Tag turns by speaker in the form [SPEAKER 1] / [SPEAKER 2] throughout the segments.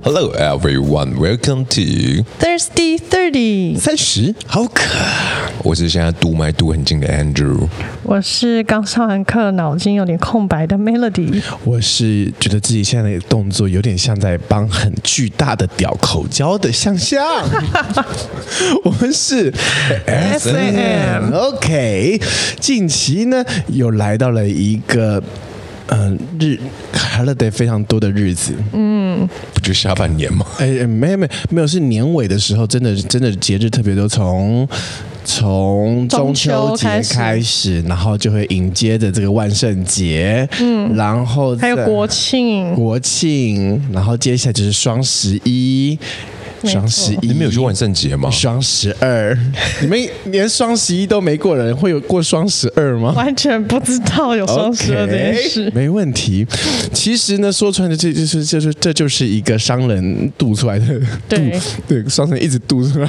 [SPEAKER 1] Hello everyone, welcome to
[SPEAKER 2] Thirsty Thirty，
[SPEAKER 1] 三十好渴。我是现在读麦读很近的 Andrew，
[SPEAKER 2] 我是刚上完课，脑筋有点空白的 Melody。
[SPEAKER 3] 我是觉得自己现在的动作有点像在帮很巨大的屌口交的 象象。我们是 S
[SPEAKER 2] S&M
[SPEAKER 3] OK。近期呢，又来到了一个嗯、呃、日 holiday 非常多的日子。
[SPEAKER 2] 嗯
[SPEAKER 1] 不就下半年吗？
[SPEAKER 3] 哎、哎没有没有没有，是年尾的时候，真的真的节日特别多，从。从中秋节
[SPEAKER 2] 中秋开
[SPEAKER 3] 开
[SPEAKER 2] 始
[SPEAKER 3] 始，然后就会迎接着这个万圣节，嗯，然后
[SPEAKER 2] 还有
[SPEAKER 3] 再
[SPEAKER 2] 国庆，
[SPEAKER 3] 国庆，然后接下来就是双十一，
[SPEAKER 2] 没错
[SPEAKER 3] 双十一
[SPEAKER 1] 你们有去万圣节吗？
[SPEAKER 3] 双十二，你们连双十一都没过的人，会有过双十二吗？
[SPEAKER 2] 完全不知道有双十二这件
[SPEAKER 3] OK，
[SPEAKER 2] 事。
[SPEAKER 3] 没问题。其实呢，说穿了，这就是这就是这就是一个商人度出来的，
[SPEAKER 2] 对
[SPEAKER 3] 度对，商人一直度 出来，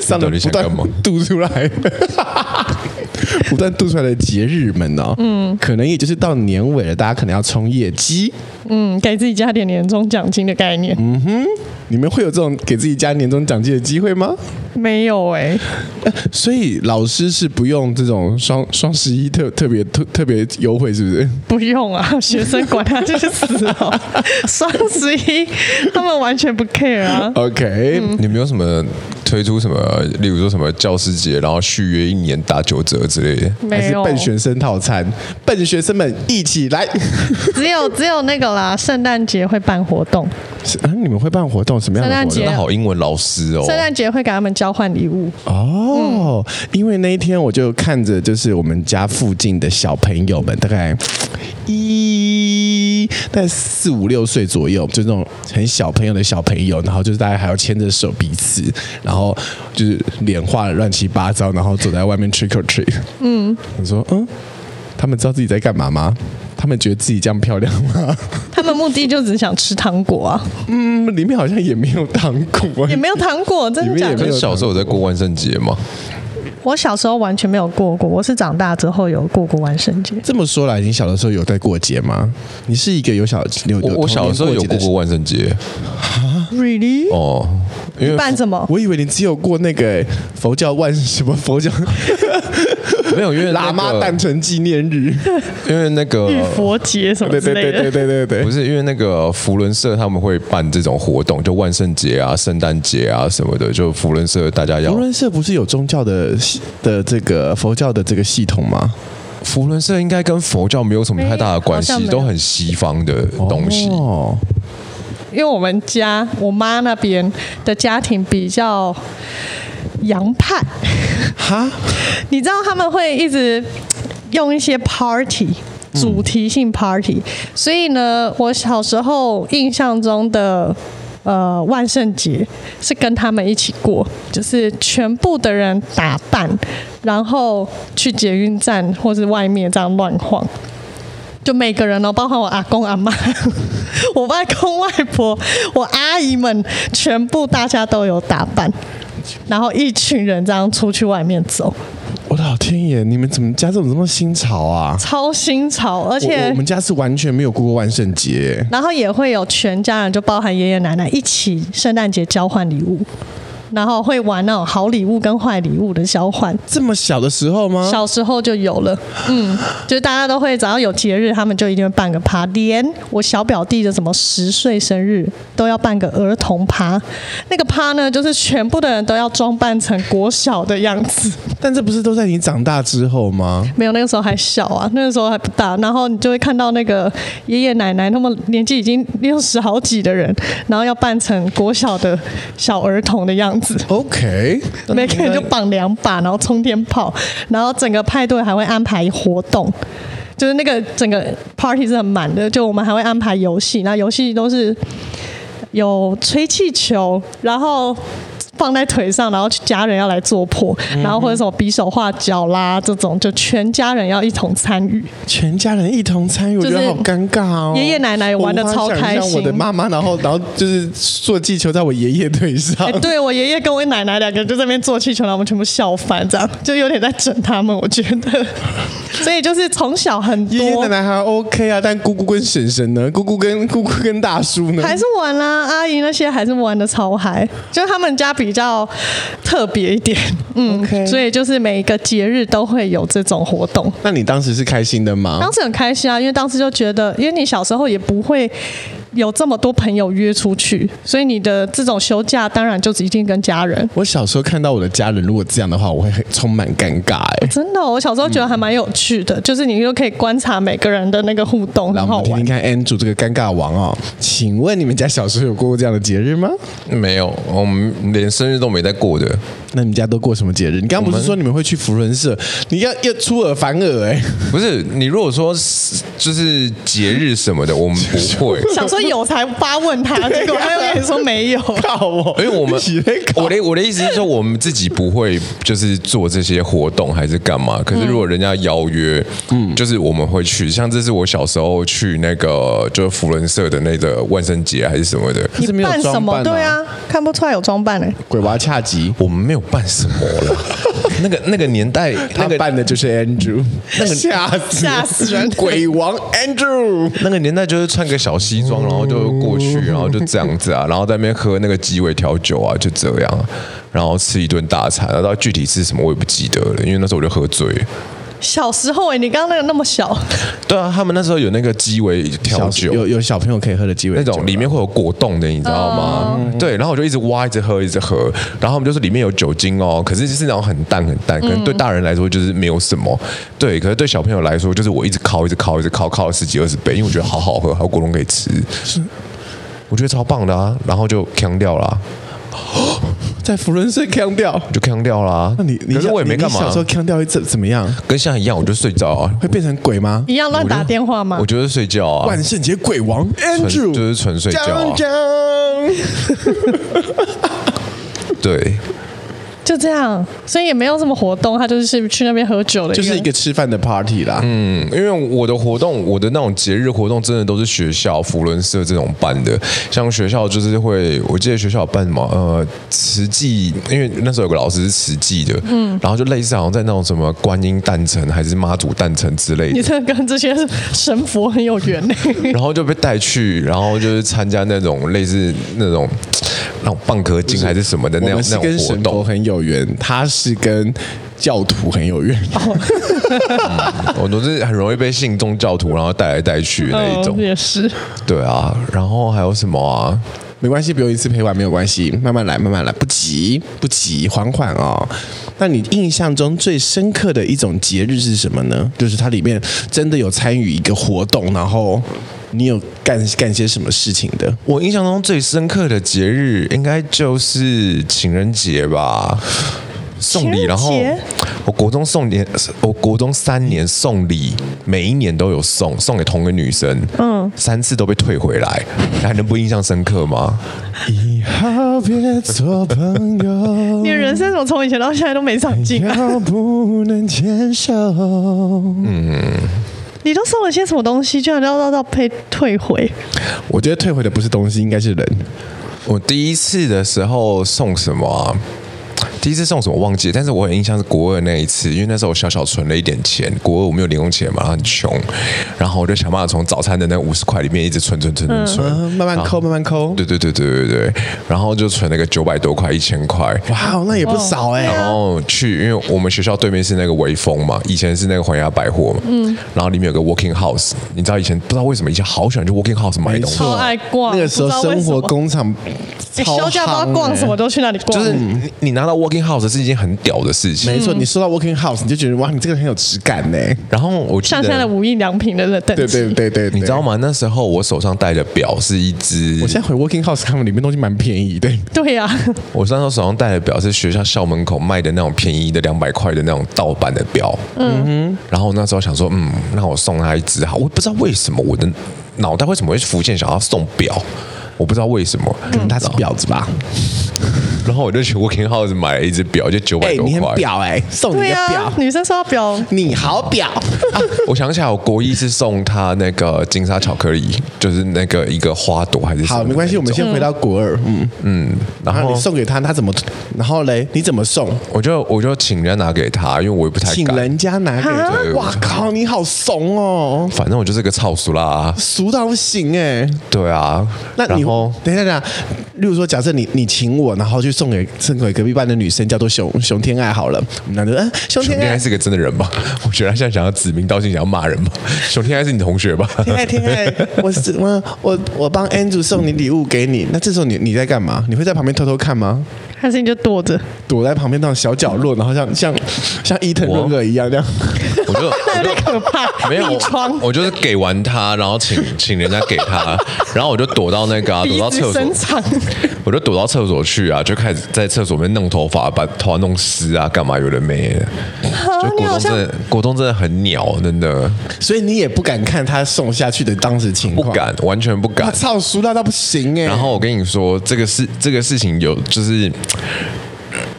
[SPEAKER 3] 商
[SPEAKER 1] 到
[SPEAKER 3] 人
[SPEAKER 1] 底想
[SPEAKER 3] 不断
[SPEAKER 1] 干嘛
[SPEAKER 3] 度出来。 不断度出来的节日们哦，嗯，可能也就是到年尾了，大家可能要冲业绩，
[SPEAKER 2] 嗯，给自己加点年终奖金的概念，
[SPEAKER 3] 嗯你们会有这种给自己加年终奖金的机会吗？
[SPEAKER 2] 没有哎、
[SPEAKER 3] 所以老师是不用这种双双十一特特别特特别优惠，是不是？
[SPEAKER 2] 不用啊， 学生管他去死 哦。双十一他们完全不 care 啊。
[SPEAKER 3] OK，、
[SPEAKER 1] 你们有什么推出什么？例如说什么教师节，然后续约一年打九折之类的？
[SPEAKER 3] 还
[SPEAKER 2] 没
[SPEAKER 3] 是
[SPEAKER 2] 有，
[SPEAKER 3] 笨学生套餐，笨学生们一起来。 啊
[SPEAKER 2] 只有只有那个啦，圣诞节会办活动，
[SPEAKER 3] 是啊，你们会办活动？什么样的活
[SPEAKER 2] 圣诞
[SPEAKER 3] 动？
[SPEAKER 2] 节
[SPEAKER 1] 那好英文老师哦
[SPEAKER 2] 圣，诞节会给他们交换礼物，
[SPEAKER 3] 哦，因为那一天我就看着，就是我们家附近的小朋友们，大概一大概四五六岁左右，就那种很小朋友的小朋友，然后就是大家还要牵着手彼此，然后就是脸画的乱七八糟，然后走在外面 trick or treat。嗯，我说嗯，他们知道自己在干嘛吗？他们觉得自己这样漂亮吗？
[SPEAKER 2] 他们目的就只想吃糖果啊，
[SPEAKER 3] 嗯，里面好像也没有糖果、
[SPEAKER 2] 也没有糖果，真的
[SPEAKER 3] 里面
[SPEAKER 2] 假
[SPEAKER 3] 也
[SPEAKER 2] 的
[SPEAKER 3] 没
[SPEAKER 1] 可？是小时候有在过万圣节吗？
[SPEAKER 2] 我小时候完全没有过过，我是长大之后有过过万圣节。
[SPEAKER 3] 这么说来，你小的时候有在过节吗？你是一个有小有
[SPEAKER 1] 我
[SPEAKER 3] 有
[SPEAKER 1] 我小时候有
[SPEAKER 3] 童年
[SPEAKER 1] 过
[SPEAKER 3] 节的
[SPEAKER 1] 过万圣节
[SPEAKER 2] Really？
[SPEAKER 1] 哦，因为
[SPEAKER 2] 办什么？
[SPEAKER 3] 我以为你只有过那个欸佛教万什么佛教
[SPEAKER 1] 没有因为那个
[SPEAKER 3] 喇嘛诞辰纪念 日，
[SPEAKER 1] 因为那个
[SPEAKER 2] 浴佛节什么
[SPEAKER 3] 对
[SPEAKER 2] 之
[SPEAKER 3] 呃对
[SPEAKER 2] 类
[SPEAKER 3] 对对
[SPEAKER 2] 的。
[SPEAKER 3] 对对 对
[SPEAKER 1] 不。是因为那个福伦社他们会办这种活动，就万圣节啊、圣诞节啊什么的，就福伦社大家要
[SPEAKER 3] 无论社不是有宗教的系的这个佛教的这个系统吗？
[SPEAKER 1] 福伦社应该跟佛教没有什么太大的关
[SPEAKER 2] 没好像
[SPEAKER 1] 系，
[SPEAKER 2] 没有
[SPEAKER 1] 都很西方的东西。
[SPEAKER 3] 哦，
[SPEAKER 2] 因为我们家我妈那边的家庭比较洋派，
[SPEAKER 3] 哈，
[SPEAKER 2] 你知道他们会一直用一些 party。主题性 party，、所以呢，我小时候印象中的呃万圣节是跟他们一起过，就是全部的人打扮，然后去捷运站或是外面这样乱晃，就每个人哦，包括我阿公阿妈、 我外公外婆、我阿姨们，全部大家都有打扮，然后一群人这样出去外面走，
[SPEAKER 3] 我的老天爷，你们怎么家这种这么新潮啊？
[SPEAKER 2] 超新潮，而
[SPEAKER 3] 我我
[SPEAKER 2] 且
[SPEAKER 3] 我们家是完全没有过过万圣节欸，
[SPEAKER 2] 然后也会有全家人，就包含爷爷奶奶一起圣诞节交换礼物，然后会玩那种好礼物跟坏礼物的交换。
[SPEAKER 3] 这么小的时候吗？
[SPEAKER 2] 小时候就有了，嗯，就是大家都会，只要有节日，他们就一定会办个趴。连我小表弟的什么十岁生日都要办个儿童趴，那个趴呢，就是全部的人都要装扮成国小的样子。
[SPEAKER 3] 但这不是都在你长大之后吗？
[SPEAKER 2] 没有，那个时候还小啊，那个时候还不大。然后你就会看到那个爷爷奶奶他们年纪已经六十好几的人，然后要扮成国小的小儿童的样子。
[SPEAKER 3] OK，
[SPEAKER 2] 每个人就绑两把，然后冲天炮，然后整个派对还会安排活动，就是那个整个 party 是很满的，就我们还会安排游戏，那游戏都是有吹气球，然后放在腿上，然后家人要来做破，
[SPEAKER 3] 嗯
[SPEAKER 2] 然后或者什么比手画脚啦这种，就全家人要一同参 与。
[SPEAKER 3] 全家人一同参与，我觉
[SPEAKER 2] 就
[SPEAKER 3] 得
[SPEAKER 2] 是
[SPEAKER 3] 好尴尬哦。
[SPEAKER 2] 爷爷奶奶玩得超开心
[SPEAKER 3] 我无法想象我的妈妈，然后然后就是做气球在我爷爷腿上
[SPEAKER 2] 哎，，对我爷爷跟我奶奶两个人就在那边做气球，然后我们全部笑翻，这样就有点在整他们，我觉得。 所以就是从小很多
[SPEAKER 3] 爷爷奶奶还 OK 啊，但姑姑跟婶婶呢？姑姑跟姑姑跟大叔呢？
[SPEAKER 2] 还是玩啦、阿姨那些还是玩的超嗨，就是他们家比较特别一点，嗯
[SPEAKER 3] OK 嗯
[SPEAKER 2] 所以就是每一个节日都会有这种活动。
[SPEAKER 3] 那你当时是开心的吗？
[SPEAKER 2] 当时很开心啊，因为当时就觉得，因为你小时候也不会有这么多朋友约出去，所以你的这种休假当然就一定跟家人。
[SPEAKER 3] 我小时候看到我的家人如果这样的话，我会很充满尴尬哎、
[SPEAKER 2] 真的哦、我小时候觉得还蛮有趣的，就是你就可以观察每个人的那个互动，
[SPEAKER 3] 来，
[SPEAKER 2] 很
[SPEAKER 3] 嗯我
[SPEAKER 2] 好
[SPEAKER 3] 们听
[SPEAKER 2] 玩
[SPEAKER 3] 听。看 Andrew 这个尴尬王哦，请问你们家小时候有过过这样的节日吗？
[SPEAKER 1] 没有，我们连生日都没在过的。
[SPEAKER 3] 那你们家都过什么节日？你刚刚不是说你们会去福伦社？你要要出尔反尔 哎、
[SPEAKER 1] 不是你如果说是就是节日什么的，我们不会，
[SPEAKER 2] 想说有才发问他，结果他又跟你说没 有。
[SPEAKER 3] 靠我！
[SPEAKER 1] 因为我 们
[SPEAKER 3] 起来搞
[SPEAKER 1] 我的我的意思是说，我们自己不会就是做这些活动还是干嘛。可是如果人家邀约，嗯，就是我们会去。像这是我小时候去那个就是福伦社的那个万圣节还是什么的，
[SPEAKER 3] 是
[SPEAKER 2] 你
[SPEAKER 3] 没有
[SPEAKER 2] 扮什
[SPEAKER 3] 装扮
[SPEAKER 2] 么？
[SPEAKER 3] 啊
[SPEAKER 2] 对啊，看不出来有装扮哎、
[SPEAKER 3] 鬼娃恰吉，
[SPEAKER 1] 我们没有办什么了。 那个那个年 代，那
[SPEAKER 3] 他
[SPEAKER 1] 个
[SPEAKER 3] 扮的就是 Andrew，那个吓死
[SPEAKER 2] 吓死人
[SPEAKER 3] 鬼王 Andrew。
[SPEAKER 1] 那个年代就是穿个小西装，然后就过
[SPEAKER 3] 哦
[SPEAKER 1] 去，然后就这样子啊，然后在那边喝那个鸡尾调酒啊，就这样，然后吃一顿大餐，然后到底具体是什么我也不记得了，因为那时候我就喝醉了。
[SPEAKER 2] 小时候哎、你刚刚那个那 么小，
[SPEAKER 1] 对啊，他们那时候有那个鸡尾调
[SPEAKER 3] 小
[SPEAKER 1] 酒。
[SPEAKER 3] 有有小朋友可以喝的鸡尾
[SPEAKER 1] 那
[SPEAKER 3] 酒啊
[SPEAKER 1] 种里面会有果冻的，你知道吗？对，然后我就一直挖，一直喝，一直喝。然后他们就说里面有酒精哦，可是就是那种很淡很淡，可能对大人来说就是没有什么，对，可是对小朋友来说就是我一直烤，一直烤，一直烤，烤了十几二十杯，因为我觉得好好喝，还有果冻可以吃，我觉得超棒的啊。然后就扛掉啦，
[SPEAKER 3] 在福伦社腔调。
[SPEAKER 1] 就扛掉啦。
[SPEAKER 3] 那你你
[SPEAKER 1] 可是我也没干
[SPEAKER 3] 你
[SPEAKER 1] 嘛啊
[SPEAKER 3] 小时，候腔调会怎怎么样？
[SPEAKER 1] 跟现在一样，我就睡着啊，
[SPEAKER 3] 会变成鬼吗？
[SPEAKER 2] 一样乱打电话吗
[SPEAKER 1] 我？就是睡觉啊
[SPEAKER 3] 万，圣节鬼王
[SPEAKER 1] 纯
[SPEAKER 3] Andrew
[SPEAKER 1] 就是纯睡觉啊
[SPEAKER 3] 江，江
[SPEAKER 1] 对。
[SPEAKER 2] 就这样，所以也没有什么活动，他就是去那边喝酒的，
[SPEAKER 3] 就是一个吃饭的 party 啦。
[SPEAKER 1] 嗯，因为我的活动，我的那种节日活动，真的都是学校福伦社这种办的。像学校就是会，我记得学校有办什么呃慈济，因为那时候有个老师是慈济的，嗯，然后就类似好像在那种什么观音诞辰还是妈祖诞辰之类
[SPEAKER 2] 你
[SPEAKER 1] 的，
[SPEAKER 2] 这跟这些神佛很有缘呢、
[SPEAKER 1] 然后就被带去，然后就是参加那种类似那种那种蚌壳精还是什么的那
[SPEAKER 3] 我
[SPEAKER 1] 种那种
[SPEAKER 3] 们是跟
[SPEAKER 1] 活
[SPEAKER 3] 神
[SPEAKER 1] 动
[SPEAKER 3] 佛。很有缘，他是跟教徒很有缘。
[SPEAKER 1] 我都是很容易被信宗教徒然后带来带去的 那一种
[SPEAKER 2] 嗯，。也是。
[SPEAKER 1] 哦对啊，然后还有什么啊？
[SPEAKER 3] 没关系，不用一次陪完没有关系，慢慢来，慢慢来，不急不急，缓缓哦。那你印象中最深刻的一种节日是什么呢？就是它里面真的有参与一个活动，然后你有干干些什么事情的？
[SPEAKER 1] 我印象中最深刻的节日，应该就是情人节吧。送礼，
[SPEAKER 2] 情人节
[SPEAKER 1] 然后我国中送年，我国中三年送礼，每一年都有送，送给同个女生，嗯，三次都被退回来，还能不印象深刻吗？
[SPEAKER 3] 以后别做朋友
[SPEAKER 2] 你的人生怎么从以前到现在都没长 进啊？
[SPEAKER 3] 要不能牵手。
[SPEAKER 2] 你都送了些什么东西，居然要到到被退回？
[SPEAKER 3] 我觉得退回的不是东西，应该是人。
[SPEAKER 1] 我第一次的时候送什么啊？第一次送什么忘记了，但是我很印象是国二那一次，因为那时候我小小存了一点钱，国二我没有零用钱嘛，然后很穷，然后我就想办法从早餐的那五十块里面一直存存存存存，
[SPEAKER 3] 嗯，慢慢抠，慢慢抠。
[SPEAKER 1] 对对对对对对，然后就存了个九百多块、一千块，
[SPEAKER 3] 哇，那也不少哎、
[SPEAKER 1] 然后去，因为我们学校对面是那个微风嘛，以前是那个环亚百货嘛，嗯，然后里面有个 Working House，你知道以前不知道为什么以前好喜欢去 Working House 买
[SPEAKER 3] 没
[SPEAKER 1] 东西，
[SPEAKER 2] 超
[SPEAKER 3] 错，
[SPEAKER 2] 爱逛
[SPEAKER 3] 那个时
[SPEAKER 2] 不
[SPEAKER 3] 候
[SPEAKER 2] 知道为
[SPEAKER 3] 生
[SPEAKER 2] 什么
[SPEAKER 3] 活工厂
[SPEAKER 2] 你
[SPEAKER 3] 超夯欸，
[SPEAKER 2] 休假不知道逛什么都去那里
[SPEAKER 1] 欸
[SPEAKER 2] 逛，
[SPEAKER 1] 就是你你拿到 Working House 是一件很屌的事情
[SPEAKER 3] 没。错，你说到 Working House，你就觉得哇，你这个很有质感呢。
[SPEAKER 1] 然后我记
[SPEAKER 2] 像现在的
[SPEAKER 1] 得，
[SPEAKER 2] 无印良品的等级。
[SPEAKER 3] 对对对对，对
[SPEAKER 1] 你知道？吗？那时候我手上戴的表是一只，
[SPEAKER 3] 我现在回 Working House 看，里面东西蛮便宜的。
[SPEAKER 2] 对啊 呀、
[SPEAKER 1] 我那时候手上戴的表是学校校门口卖的那种便宜的两百块的那种盗版的表。嗯哼。然后那时候想说，嗯，那我送他一只好。我不知道为什么我的脑袋为
[SPEAKER 3] 嗯
[SPEAKER 1] 什么会浮现想要送表，我不知道为什么。可能
[SPEAKER 3] 他是婊子吧？
[SPEAKER 1] 然后我就去 Working House 买了一只表，就九百
[SPEAKER 3] 哎，
[SPEAKER 1] 多
[SPEAKER 3] 你很
[SPEAKER 1] 块。
[SPEAKER 3] 表哎，送你
[SPEAKER 2] 对
[SPEAKER 3] 一个
[SPEAKER 2] 呀、
[SPEAKER 3] 表
[SPEAKER 2] 啊，，女生收到表，
[SPEAKER 3] 你好 表，
[SPEAKER 1] 我想起来，我国一是送他那个金沙巧克力，就是那个一个花朵还是什么
[SPEAKER 3] 好，没关系，
[SPEAKER 1] 那种
[SPEAKER 3] 我们先回到国二，嗯，
[SPEAKER 1] 然
[SPEAKER 3] 然后
[SPEAKER 1] 后
[SPEAKER 3] 你送给他，他怎么？然后嘞，你怎么送？
[SPEAKER 1] 我就我就请人家拿给他，因为我也不太
[SPEAKER 3] 请
[SPEAKER 1] 敢。
[SPEAKER 3] 人家拿给
[SPEAKER 2] 啊
[SPEAKER 3] 他，哇靠，你好怂哦，
[SPEAKER 1] 反正我就是个操俗啦、
[SPEAKER 3] 俗到不行哎。
[SPEAKER 1] 对啊。
[SPEAKER 3] 那你
[SPEAKER 1] 然后
[SPEAKER 3] 等一下，等一下，例如说，假设你你请我，然后去送给送给隔壁班的女生，叫做熊熊天爱好了，我们俩就嗯，熊
[SPEAKER 1] 熊
[SPEAKER 3] 天
[SPEAKER 1] 天爱
[SPEAKER 3] 爱，
[SPEAKER 1] 是个真的人吧？ 我觉得他现在想要指名道姓，想要骂 人吧？熊天爱是你同学吧？
[SPEAKER 3] 天爱天 爱，我是我我我帮 Andrew 送你礼物给你，那这时候你你在干嘛？你会在旁边偷偷看吗？
[SPEAKER 2] 还是你就躲着？
[SPEAKER 3] 躲在旁边那种小角落，然后像像像伊藤润二一样这样，
[SPEAKER 1] 我 就我就
[SPEAKER 2] 可怕，
[SPEAKER 1] 没有，
[SPEAKER 2] 密窗
[SPEAKER 1] 我我就是给完他，然后请请人家给他， 然后我就躲到那个、啊、躲
[SPEAKER 2] 鼻
[SPEAKER 1] 到
[SPEAKER 2] 子
[SPEAKER 1] 厕所
[SPEAKER 2] 伸，长，
[SPEAKER 1] 我就躲到厕所去啊，就开始在厕所里面弄头发，把头发弄湿啊，干嘛有的没 的。就
[SPEAKER 2] 你
[SPEAKER 1] 果冻
[SPEAKER 2] 好
[SPEAKER 1] 真
[SPEAKER 2] 像
[SPEAKER 1] 的，果冻真的很鸟，真的
[SPEAKER 3] 所以你也不敢看他送下去的当时情
[SPEAKER 1] 不
[SPEAKER 3] 况，
[SPEAKER 1] 敢，完全不
[SPEAKER 3] 哇，
[SPEAKER 1] 敢。
[SPEAKER 3] 操，熟到到不行哎。
[SPEAKER 1] 然后我跟你说，这个事这个事情有就是。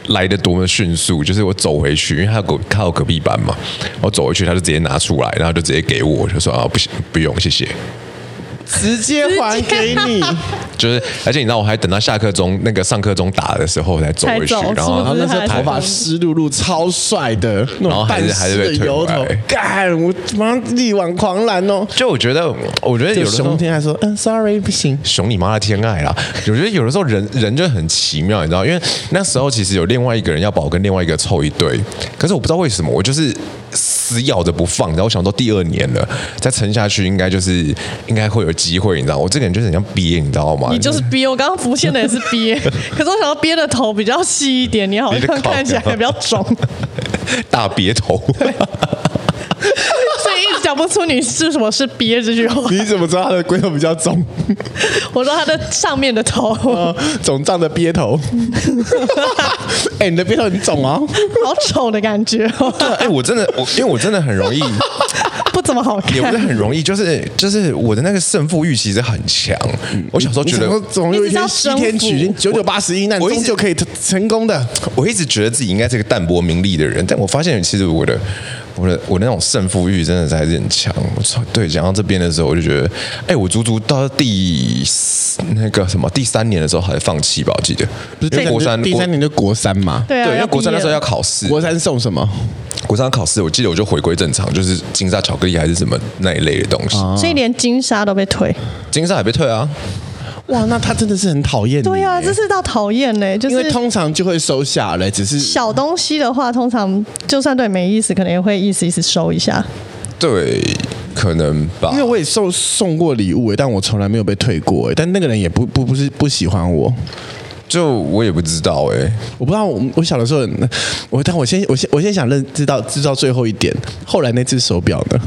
[SPEAKER 1] 来的多么迅速，就是我走回去，因为他隔靠隔壁班嘛，我走回去，他就直接拿出来，然后就直接给我，我就说啊不行不用谢谢，
[SPEAKER 3] 直接还给你，
[SPEAKER 1] 就是，而且你知道，我还等到下课钟那个上课钟打的时候我才走回去，
[SPEAKER 2] 才走
[SPEAKER 1] 然
[SPEAKER 2] 是
[SPEAKER 1] 后
[SPEAKER 3] 然后那时候头发湿漉漉，超帅的，那
[SPEAKER 1] 然后
[SPEAKER 3] 种
[SPEAKER 1] 还
[SPEAKER 3] 半
[SPEAKER 1] 是还是
[SPEAKER 3] 湿
[SPEAKER 1] 被
[SPEAKER 3] 的
[SPEAKER 1] 退
[SPEAKER 3] 油头
[SPEAKER 1] 回来，
[SPEAKER 3] 干，我马上力挽狂澜哦。
[SPEAKER 1] 就我觉得，我觉得有
[SPEAKER 3] 就
[SPEAKER 1] 的时候
[SPEAKER 3] 熊天还说，嗯，sorry，不行。
[SPEAKER 1] 熊你妈的天爱啦！ 我觉得有的时候人人就很奇妙，你知道，因为那时候其实有另外一个人要把我跟另外一个凑一对，可是我不知道为什么，我就是死咬着不放。然后我想说第二年了，再撑下去应该就是应该会有机会，你知道，我这个人就是很像憋，你知道吗？
[SPEAKER 2] 你就是憋。我刚刚浮现的也是 憋，可是我想要憋的头比较细一点，你好
[SPEAKER 1] 你的
[SPEAKER 2] 像
[SPEAKER 1] 靠
[SPEAKER 2] 看起来比较 肿，
[SPEAKER 1] 大憋头。
[SPEAKER 2] 所以一直讲不出你是什么是憋这句话。
[SPEAKER 3] 你怎么知道他的龟头比较肿？
[SPEAKER 2] 我说他的上面的头
[SPEAKER 1] 嗯
[SPEAKER 2] 好
[SPEAKER 3] 呃， 肿胀的鳖头。哎、你的鳖头很肿哦。
[SPEAKER 2] 丑的感觉哦，
[SPEAKER 1] 哎、我真的我因为我真的很容易。
[SPEAKER 2] 不怎么好
[SPEAKER 1] 也不是
[SPEAKER 2] 看。
[SPEAKER 1] 很容易，就是就是我的那个胜负欲其实很强。我小时候觉得，
[SPEAKER 3] 你总总有一天西天取经，九九八十一难，
[SPEAKER 1] 我一
[SPEAKER 3] 终
[SPEAKER 1] 直
[SPEAKER 3] 究可以成功的。
[SPEAKER 1] 我一直觉得自己应该是个淡泊名利的人，但我发现其实我的我的我那种胜负欲真的是还是很强。我操，对，讲到这边的时候，我就觉得，哎、我足足到第四那个什么第三年的时候还放弃吧，我记得。因为国三
[SPEAKER 3] 第三
[SPEAKER 1] 国
[SPEAKER 3] 年就国三嘛。
[SPEAKER 2] 对啊，
[SPEAKER 1] 对，因为
[SPEAKER 2] 要
[SPEAKER 1] 国三
[SPEAKER 2] 毕业
[SPEAKER 1] 那时候
[SPEAKER 2] 了
[SPEAKER 1] 要考试，
[SPEAKER 3] 国三送什么？
[SPEAKER 1] 国三要考试，我记得我就回归正常，就是金沙巧克力还是什么那一类的东西。
[SPEAKER 3] 啊
[SPEAKER 2] 所以连金沙都被推。
[SPEAKER 1] 金沙也被退啊，
[SPEAKER 3] 哇，那他真的是很讨厌你。
[SPEAKER 2] 对啊，这是到讨厌呢，就
[SPEAKER 3] 因为
[SPEAKER 2] 是。
[SPEAKER 3] 通常就会收下来，只是
[SPEAKER 2] 小东西的话，通常就算对没意思，可能也会意思意思收一下。
[SPEAKER 1] 对，可能吧
[SPEAKER 3] 因为。我也送送过礼物、欸，但我从来没有被退过、欸，但那个人也不不不是不喜欢我，
[SPEAKER 1] 就我也不知道哎、
[SPEAKER 3] 我不知道我我小的时候很，我但我先我先我先想认知到知道最后一点，后来那只手表呢，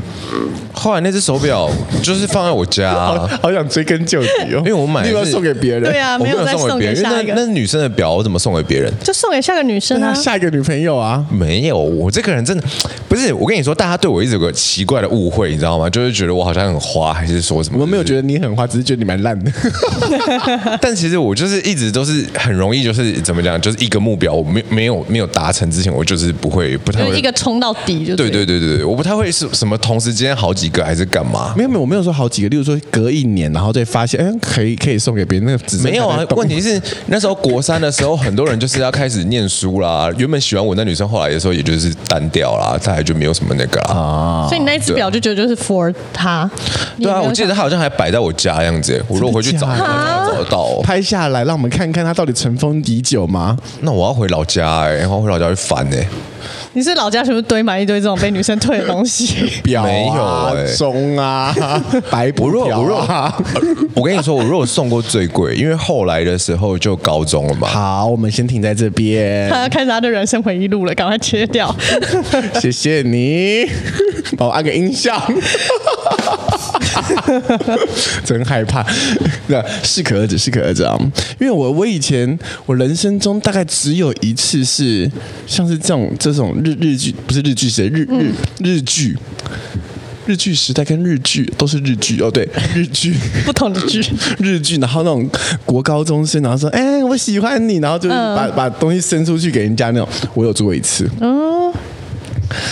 [SPEAKER 1] 后来那只手表就是放在我家、
[SPEAKER 3] 好好想追根究底哦，
[SPEAKER 1] 因为我买的
[SPEAKER 3] 你
[SPEAKER 1] 是
[SPEAKER 3] 有没有送给别人，
[SPEAKER 2] 对啊，
[SPEAKER 1] 我没
[SPEAKER 2] 有再
[SPEAKER 1] 送
[SPEAKER 2] 送
[SPEAKER 1] 别
[SPEAKER 2] 给
[SPEAKER 1] 人，因
[SPEAKER 2] 下一
[SPEAKER 1] 为那那
[SPEAKER 2] 个，
[SPEAKER 1] 是女生的表我怎么送给别人？
[SPEAKER 2] 就送给下个女生
[SPEAKER 3] 那
[SPEAKER 2] 啊
[SPEAKER 3] 他。下一个女朋友啊，
[SPEAKER 1] 没有，我这个人真的不是。我跟你说，大家对我一直有个奇怪的误会，你知道吗？就是觉得我好像很花，还是说什么？
[SPEAKER 3] 我们没有觉得你很花，只是觉得你蛮烂的，
[SPEAKER 1] 得，但其实我就是一直都是很容易，就是怎么讲，就是一个目标，我没没有没有达成之前，我就是不会不太
[SPEAKER 2] 就
[SPEAKER 1] 会
[SPEAKER 2] 是一。个冲到底就
[SPEAKER 1] 对
[SPEAKER 2] 对
[SPEAKER 1] 对对对对，我不太会是什么同时间好几个还是干嘛？
[SPEAKER 3] 没有没有，我没有说好几个，例如说隔一年，然后再发现，哎、可以可以送给别人，那个只是
[SPEAKER 1] 没有
[SPEAKER 3] 还
[SPEAKER 1] 啊
[SPEAKER 3] 在，动
[SPEAKER 1] 问题是那时候国三的时候，很多人就是要开始念书啦。原本喜欢我那女生，后来的时候也就是单调啦，再来就没有什么那个啦。
[SPEAKER 2] 所以你那一只表就觉得就是 for 她。
[SPEAKER 1] 啊对啊，我记
[SPEAKER 2] 得
[SPEAKER 1] 得他好像还摆在我家样子耶，我如果回去找，
[SPEAKER 3] 真的
[SPEAKER 1] 我
[SPEAKER 3] 假的
[SPEAKER 2] 啊
[SPEAKER 1] 能找得到哦。
[SPEAKER 3] 拍下来，让我们看看他到底尘封已久吗？
[SPEAKER 1] 那我要回老家哎，然后回老家会烦哎。
[SPEAKER 2] 你是老家是不是堆满一堆这种被女生退的东 西？
[SPEAKER 3] 表啊、
[SPEAKER 1] 没有欸
[SPEAKER 3] 钟啊， 白布
[SPEAKER 1] 我若
[SPEAKER 3] 条
[SPEAKER 1] 我若
[SPEAKER 3] 啊。
[SPEAKER 1] 我跟你说，我如果送过最贵，因为后来的时候就高中了嘛。
[SPEAKER 3] 好，我们先停在这边，
[SPEAKER 2] 他要开始他的人生回忆录了，赶快切掉。
[SPEAKER 3] 谢谢你，帮我按个音效。 真害怕，那适可而止，适可而止啊！因为我我以前我人生中大概只有一次是像是这种这种日日剧，不是日剧是日日日剧，日剧时代跟日剧都是日剧哦，对，日剧
[SPEAKER 2] 不同的剧。
[SPEAKER 3] 日剧，然后那种国高中生，然后说哎、我喜欢你，然后就是把、把东西伸出去给人家那种，我有做过一次，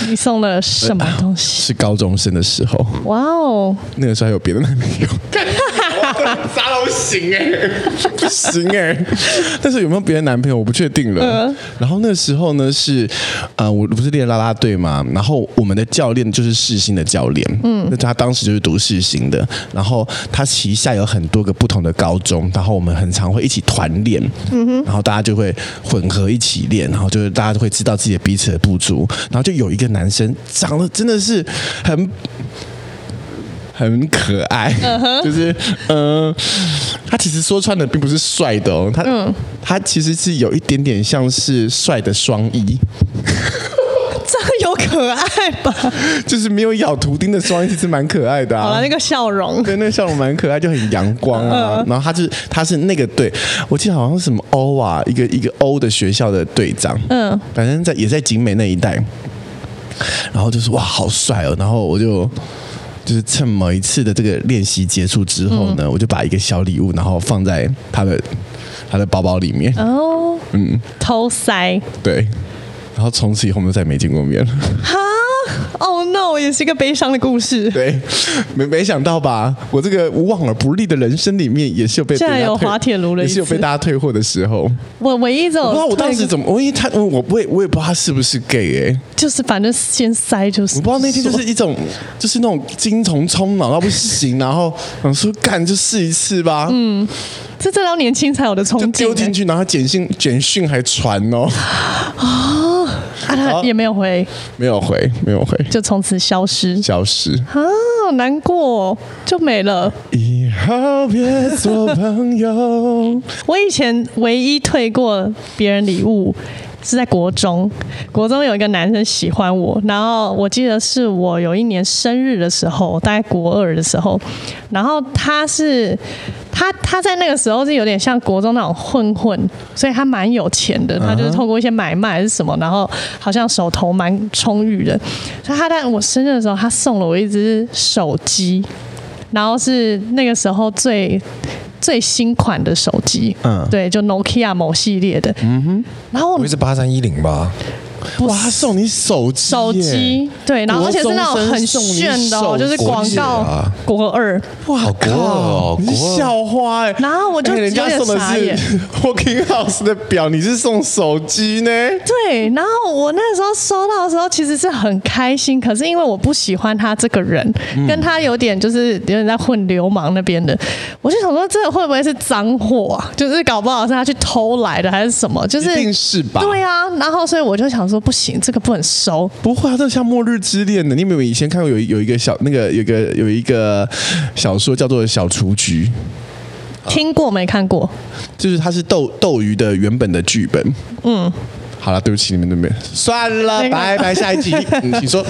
[SPEAKER 2] 你送了什么东西？
[SPEAKER 3] 是高中生的时候，
[SPEAKER 2] 哇哦，
[SPEAKER 3] 那个时候还有别的男朋友，渣到不行哎、不行哎、但是有没有别的男朋友我不确定了。然后那时候呢是，呃，我不是练啦啦队嘛，然后我们的教练就是世新的教练，嗯，那他当时就是读世新的，然后他旗下有很多个不同的高中，然后我们很常会一起团练，嗯哼，然后大家就会混合一起练，然后就是大家都会知道自己的彼此的不足，然后就有一个男生长得真的是很。很可爱就是嗯、呃他其实说穿了并不是帅的哦，他、
[SPEAKER 2] 嗯
[SPEAKER 3] 他其实是有一点点像是帅的双翼，
[SPEAKER 2] 这有可爱 吧？
[SPEAKER 3] 就是没有咬图钉的双翼，其实蛮可爱的
[SPEAKER 2] 好
[SPEAKER 3] 啊
[SPEAKER 2] 了，。那个笑容，
[SPEAKER 3] 对，那个笑容蛮可爱，就很阳光啊。然后他是他是那个队，我记得好像是什么欧啊，一个一个欧的学校的队长。
[SPEAKER 2] 嗯
[SPEAKER 3] 嗯，反正在也在景美那一带。然后就是哇，好帅哦！然后我就就是趁某一次的这个练习结束之后呢，我就把一个小礼物，然后放在他的他的包包里面。
[SPEAKER 2] 哦，嗯，偷塞，
[SPEAKER 3] 对，然后从此以后我们就再没见过面了。
[SPEAKER 2] 哈，Oh no，也是一个悲伤的故事，
[SPEAKER 3] 对，没没想到吧？我这个望而不利的人生里面，也是有被
[SPEAKER 2] 竟然
[SPEAKER 3] 大家
[SPEAKER 2] 有
[SPEAKER 3] 退
[SPEAKER 2] 滑铁卢了一
[SPEAKER 3] 也是有被
[SPEAKER 2] 次哦
[SPEAKER 3] 大家退货的时候。
[SPEAKER 2] 我唯一这种
[SPEAKER 3] 我不知道我当时
[SPEAKER 2] 退
[SPEAKER 3] 怎么，我因为他，我我不会，我也不知道他是不是 gay 哎、
[SPEAKER 2] 就是反正先塞就是，
[SPEAKER 3] 我不知道那天就是一种，就是那种精虫充脑到不行，然后想说干就试一次吧，嗯，
[SPEAKER 2] 这这到年轻才有的
[SPEAKER 3] 就
[SPEAKER 2] 冲
[SPEAKER 3] 丢
[SPEAKER 2] 劲、
[SPEAKER 3] 进
[SPEAKER 2] 欸，
[SPEAKER 3] 去，然后简讯简讯还传哦，
[SPEAKER 2] 啊，他也没有回，
[SPEAKER 3] 没有回，没有回，
[SPEAKER 2] 就从此消失。
[SPEAKER 3] 消失。
[SPEAKER 2] 啊，好难过、哦，就没了。
[SPEAKER 3] 以后别做朋 友，
[SPEAKER 2] 我以前唯一退过别人礼物是在国中，国中有一个男生喜欢我，然后我记得是我有一年生日的时候，大概国二的时候，然后他是他他在那个时候是有点像国中那种混混，所以他蛮有钱的，他就是透过一些买卖还是什么，然后好像手头蛮充裕的，所以他在我生日的时候，他送了我一只手机。然后是那个时候最最新款的手机，
[SPEAKER 3] 嗯
[SPEAKER 2] 对，就 Nokia 某系列的，嗯哼。然后我
[SPEAKER 1] 我一直八三一零吧，
[SPEAKER 3] 哇，他送你手机耶，
[SPEAKER 2] 手机，对，然后而且是那种很炫的、哦，
[SPEAKER 3] 国中生送你手机
[SPEAKER 2] 就是广告
[SPEAKER 1] 啊
[SPEAKER 2] 国二，
[SPEAKER 3] 哇
[SPEAKER 1] 好国二哦
[SPEAKER 3] 靠，你是
[SPEAKER 1] 国二
[SPEAKER 3] 校花哎、
[SPEAKER 2] 然后我就
[SPEAKER 3] 哎人家
[SPEAKER 2] 有点
[SPEAKER 3] 送的
[SPEAKER 2] 傻眼
[SPEAKER 3] 是 Working House 的表，你是送手机呢？
[SPEAKER 2] 对。然后我那时候收到的时候，其实是很开心，可是因为我不喜欢他这个人，
[SPEAKER 3] 嗯
[SPEAKER 2] 跟他有点就是有点在混流氓那边的，我就想说这会不会是脏货啊？就是搞不好是他去偷来的还是什么？就是
[SPEAKER 3] 一定是吧？
[SPEAKER 2] 对啊，然后所以我就想说，不行，这个不能收。
[SPEAKER 3] 不会啊，这像《末日之恋》的。你有没有以前看过有一有一个小那个有一个有一个小说叫做《小雏菊》，
[SPEAKER 2] 听过没看过？
[SPEAKER 3] 就是它是斗斗鱼的原本的剧本。嗯，好了，对不起，你们那边算了
[SPEAKER 2] 那，个
[SPEAKER 3] 拜拜，下一集。嗯 你说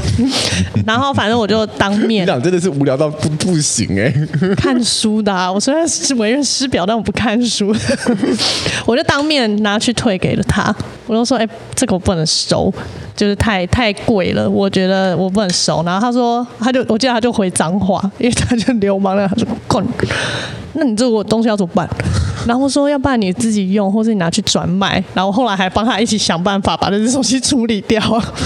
[SPEAKER 2] 然后反正我就当
[SPEAKER 3] 你
[SPEAKER 2] 面
[SPEAKER 3] 俩真的是无聊到不不行哎、
[SPEAKER 2] 看书的、啊。我虽然是为人师表，但我不看书， 我就当面拿去退给了他。我就说：“哎、这个我不能收，就是太太贵了，我觉得我不能收。”然后他说：“他就我记得他就回脏话，因为他就流氓了。”他说：“滚，那你这个我东西要怎么办？”然后说：“要不然你自己用，或是你拿去转卖。”然后后来还帮他一起想办法把这只东西处理掉。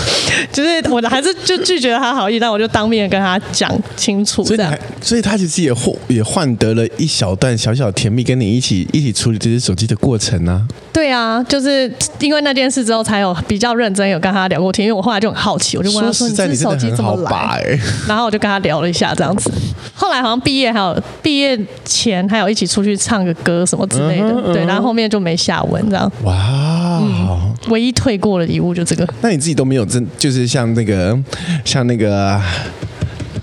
[SPEAKER 2] 就是我还是就拒绝了他好意，但我就当面跟他讲清楚这
[SPEAKER 3] 所以你
[SPEAKER 2] 样
[SPEAKER 3] 还。，所以他其实也获也换得了一小段小小甜蜜，跟你一起一起处理这些手机的过程啊。
[SPEAKER 2] 对啊，就是因为那件事之后，才有比较认真有跟他聊过天。因为我后来就很好奇，我就问他说：“
[SPEAKER 3] 实在，
[SPEAKER 2] 这
[SPEAKER 3] 你真
[SPEAKER 2] 手
[SPEAKER 3] 的
[SPEAKER 2] 机
[SPEAKER 3] 很
[SPEAKER 2] 怎么
[SPEAKER 3] 好把
[SPEAKER 2] 来
[SPEAKER 3] 哎、？”
[SPEAKER 2] 然后我就跟他聊了一下，这样子。后来好像毕业还有毕业前还有一起出去唱个歌什么之类的，
[SPEAKER 3] 嗯
[SPEAKER 2] 对。然后后面就没下文，这样。
[SPEAKER 3] 哇、哦
[SPEAKER 2] 唯一退过的礼物就这个。
[SPEAKER 3] 那你自己都没有真，就是像那个像那个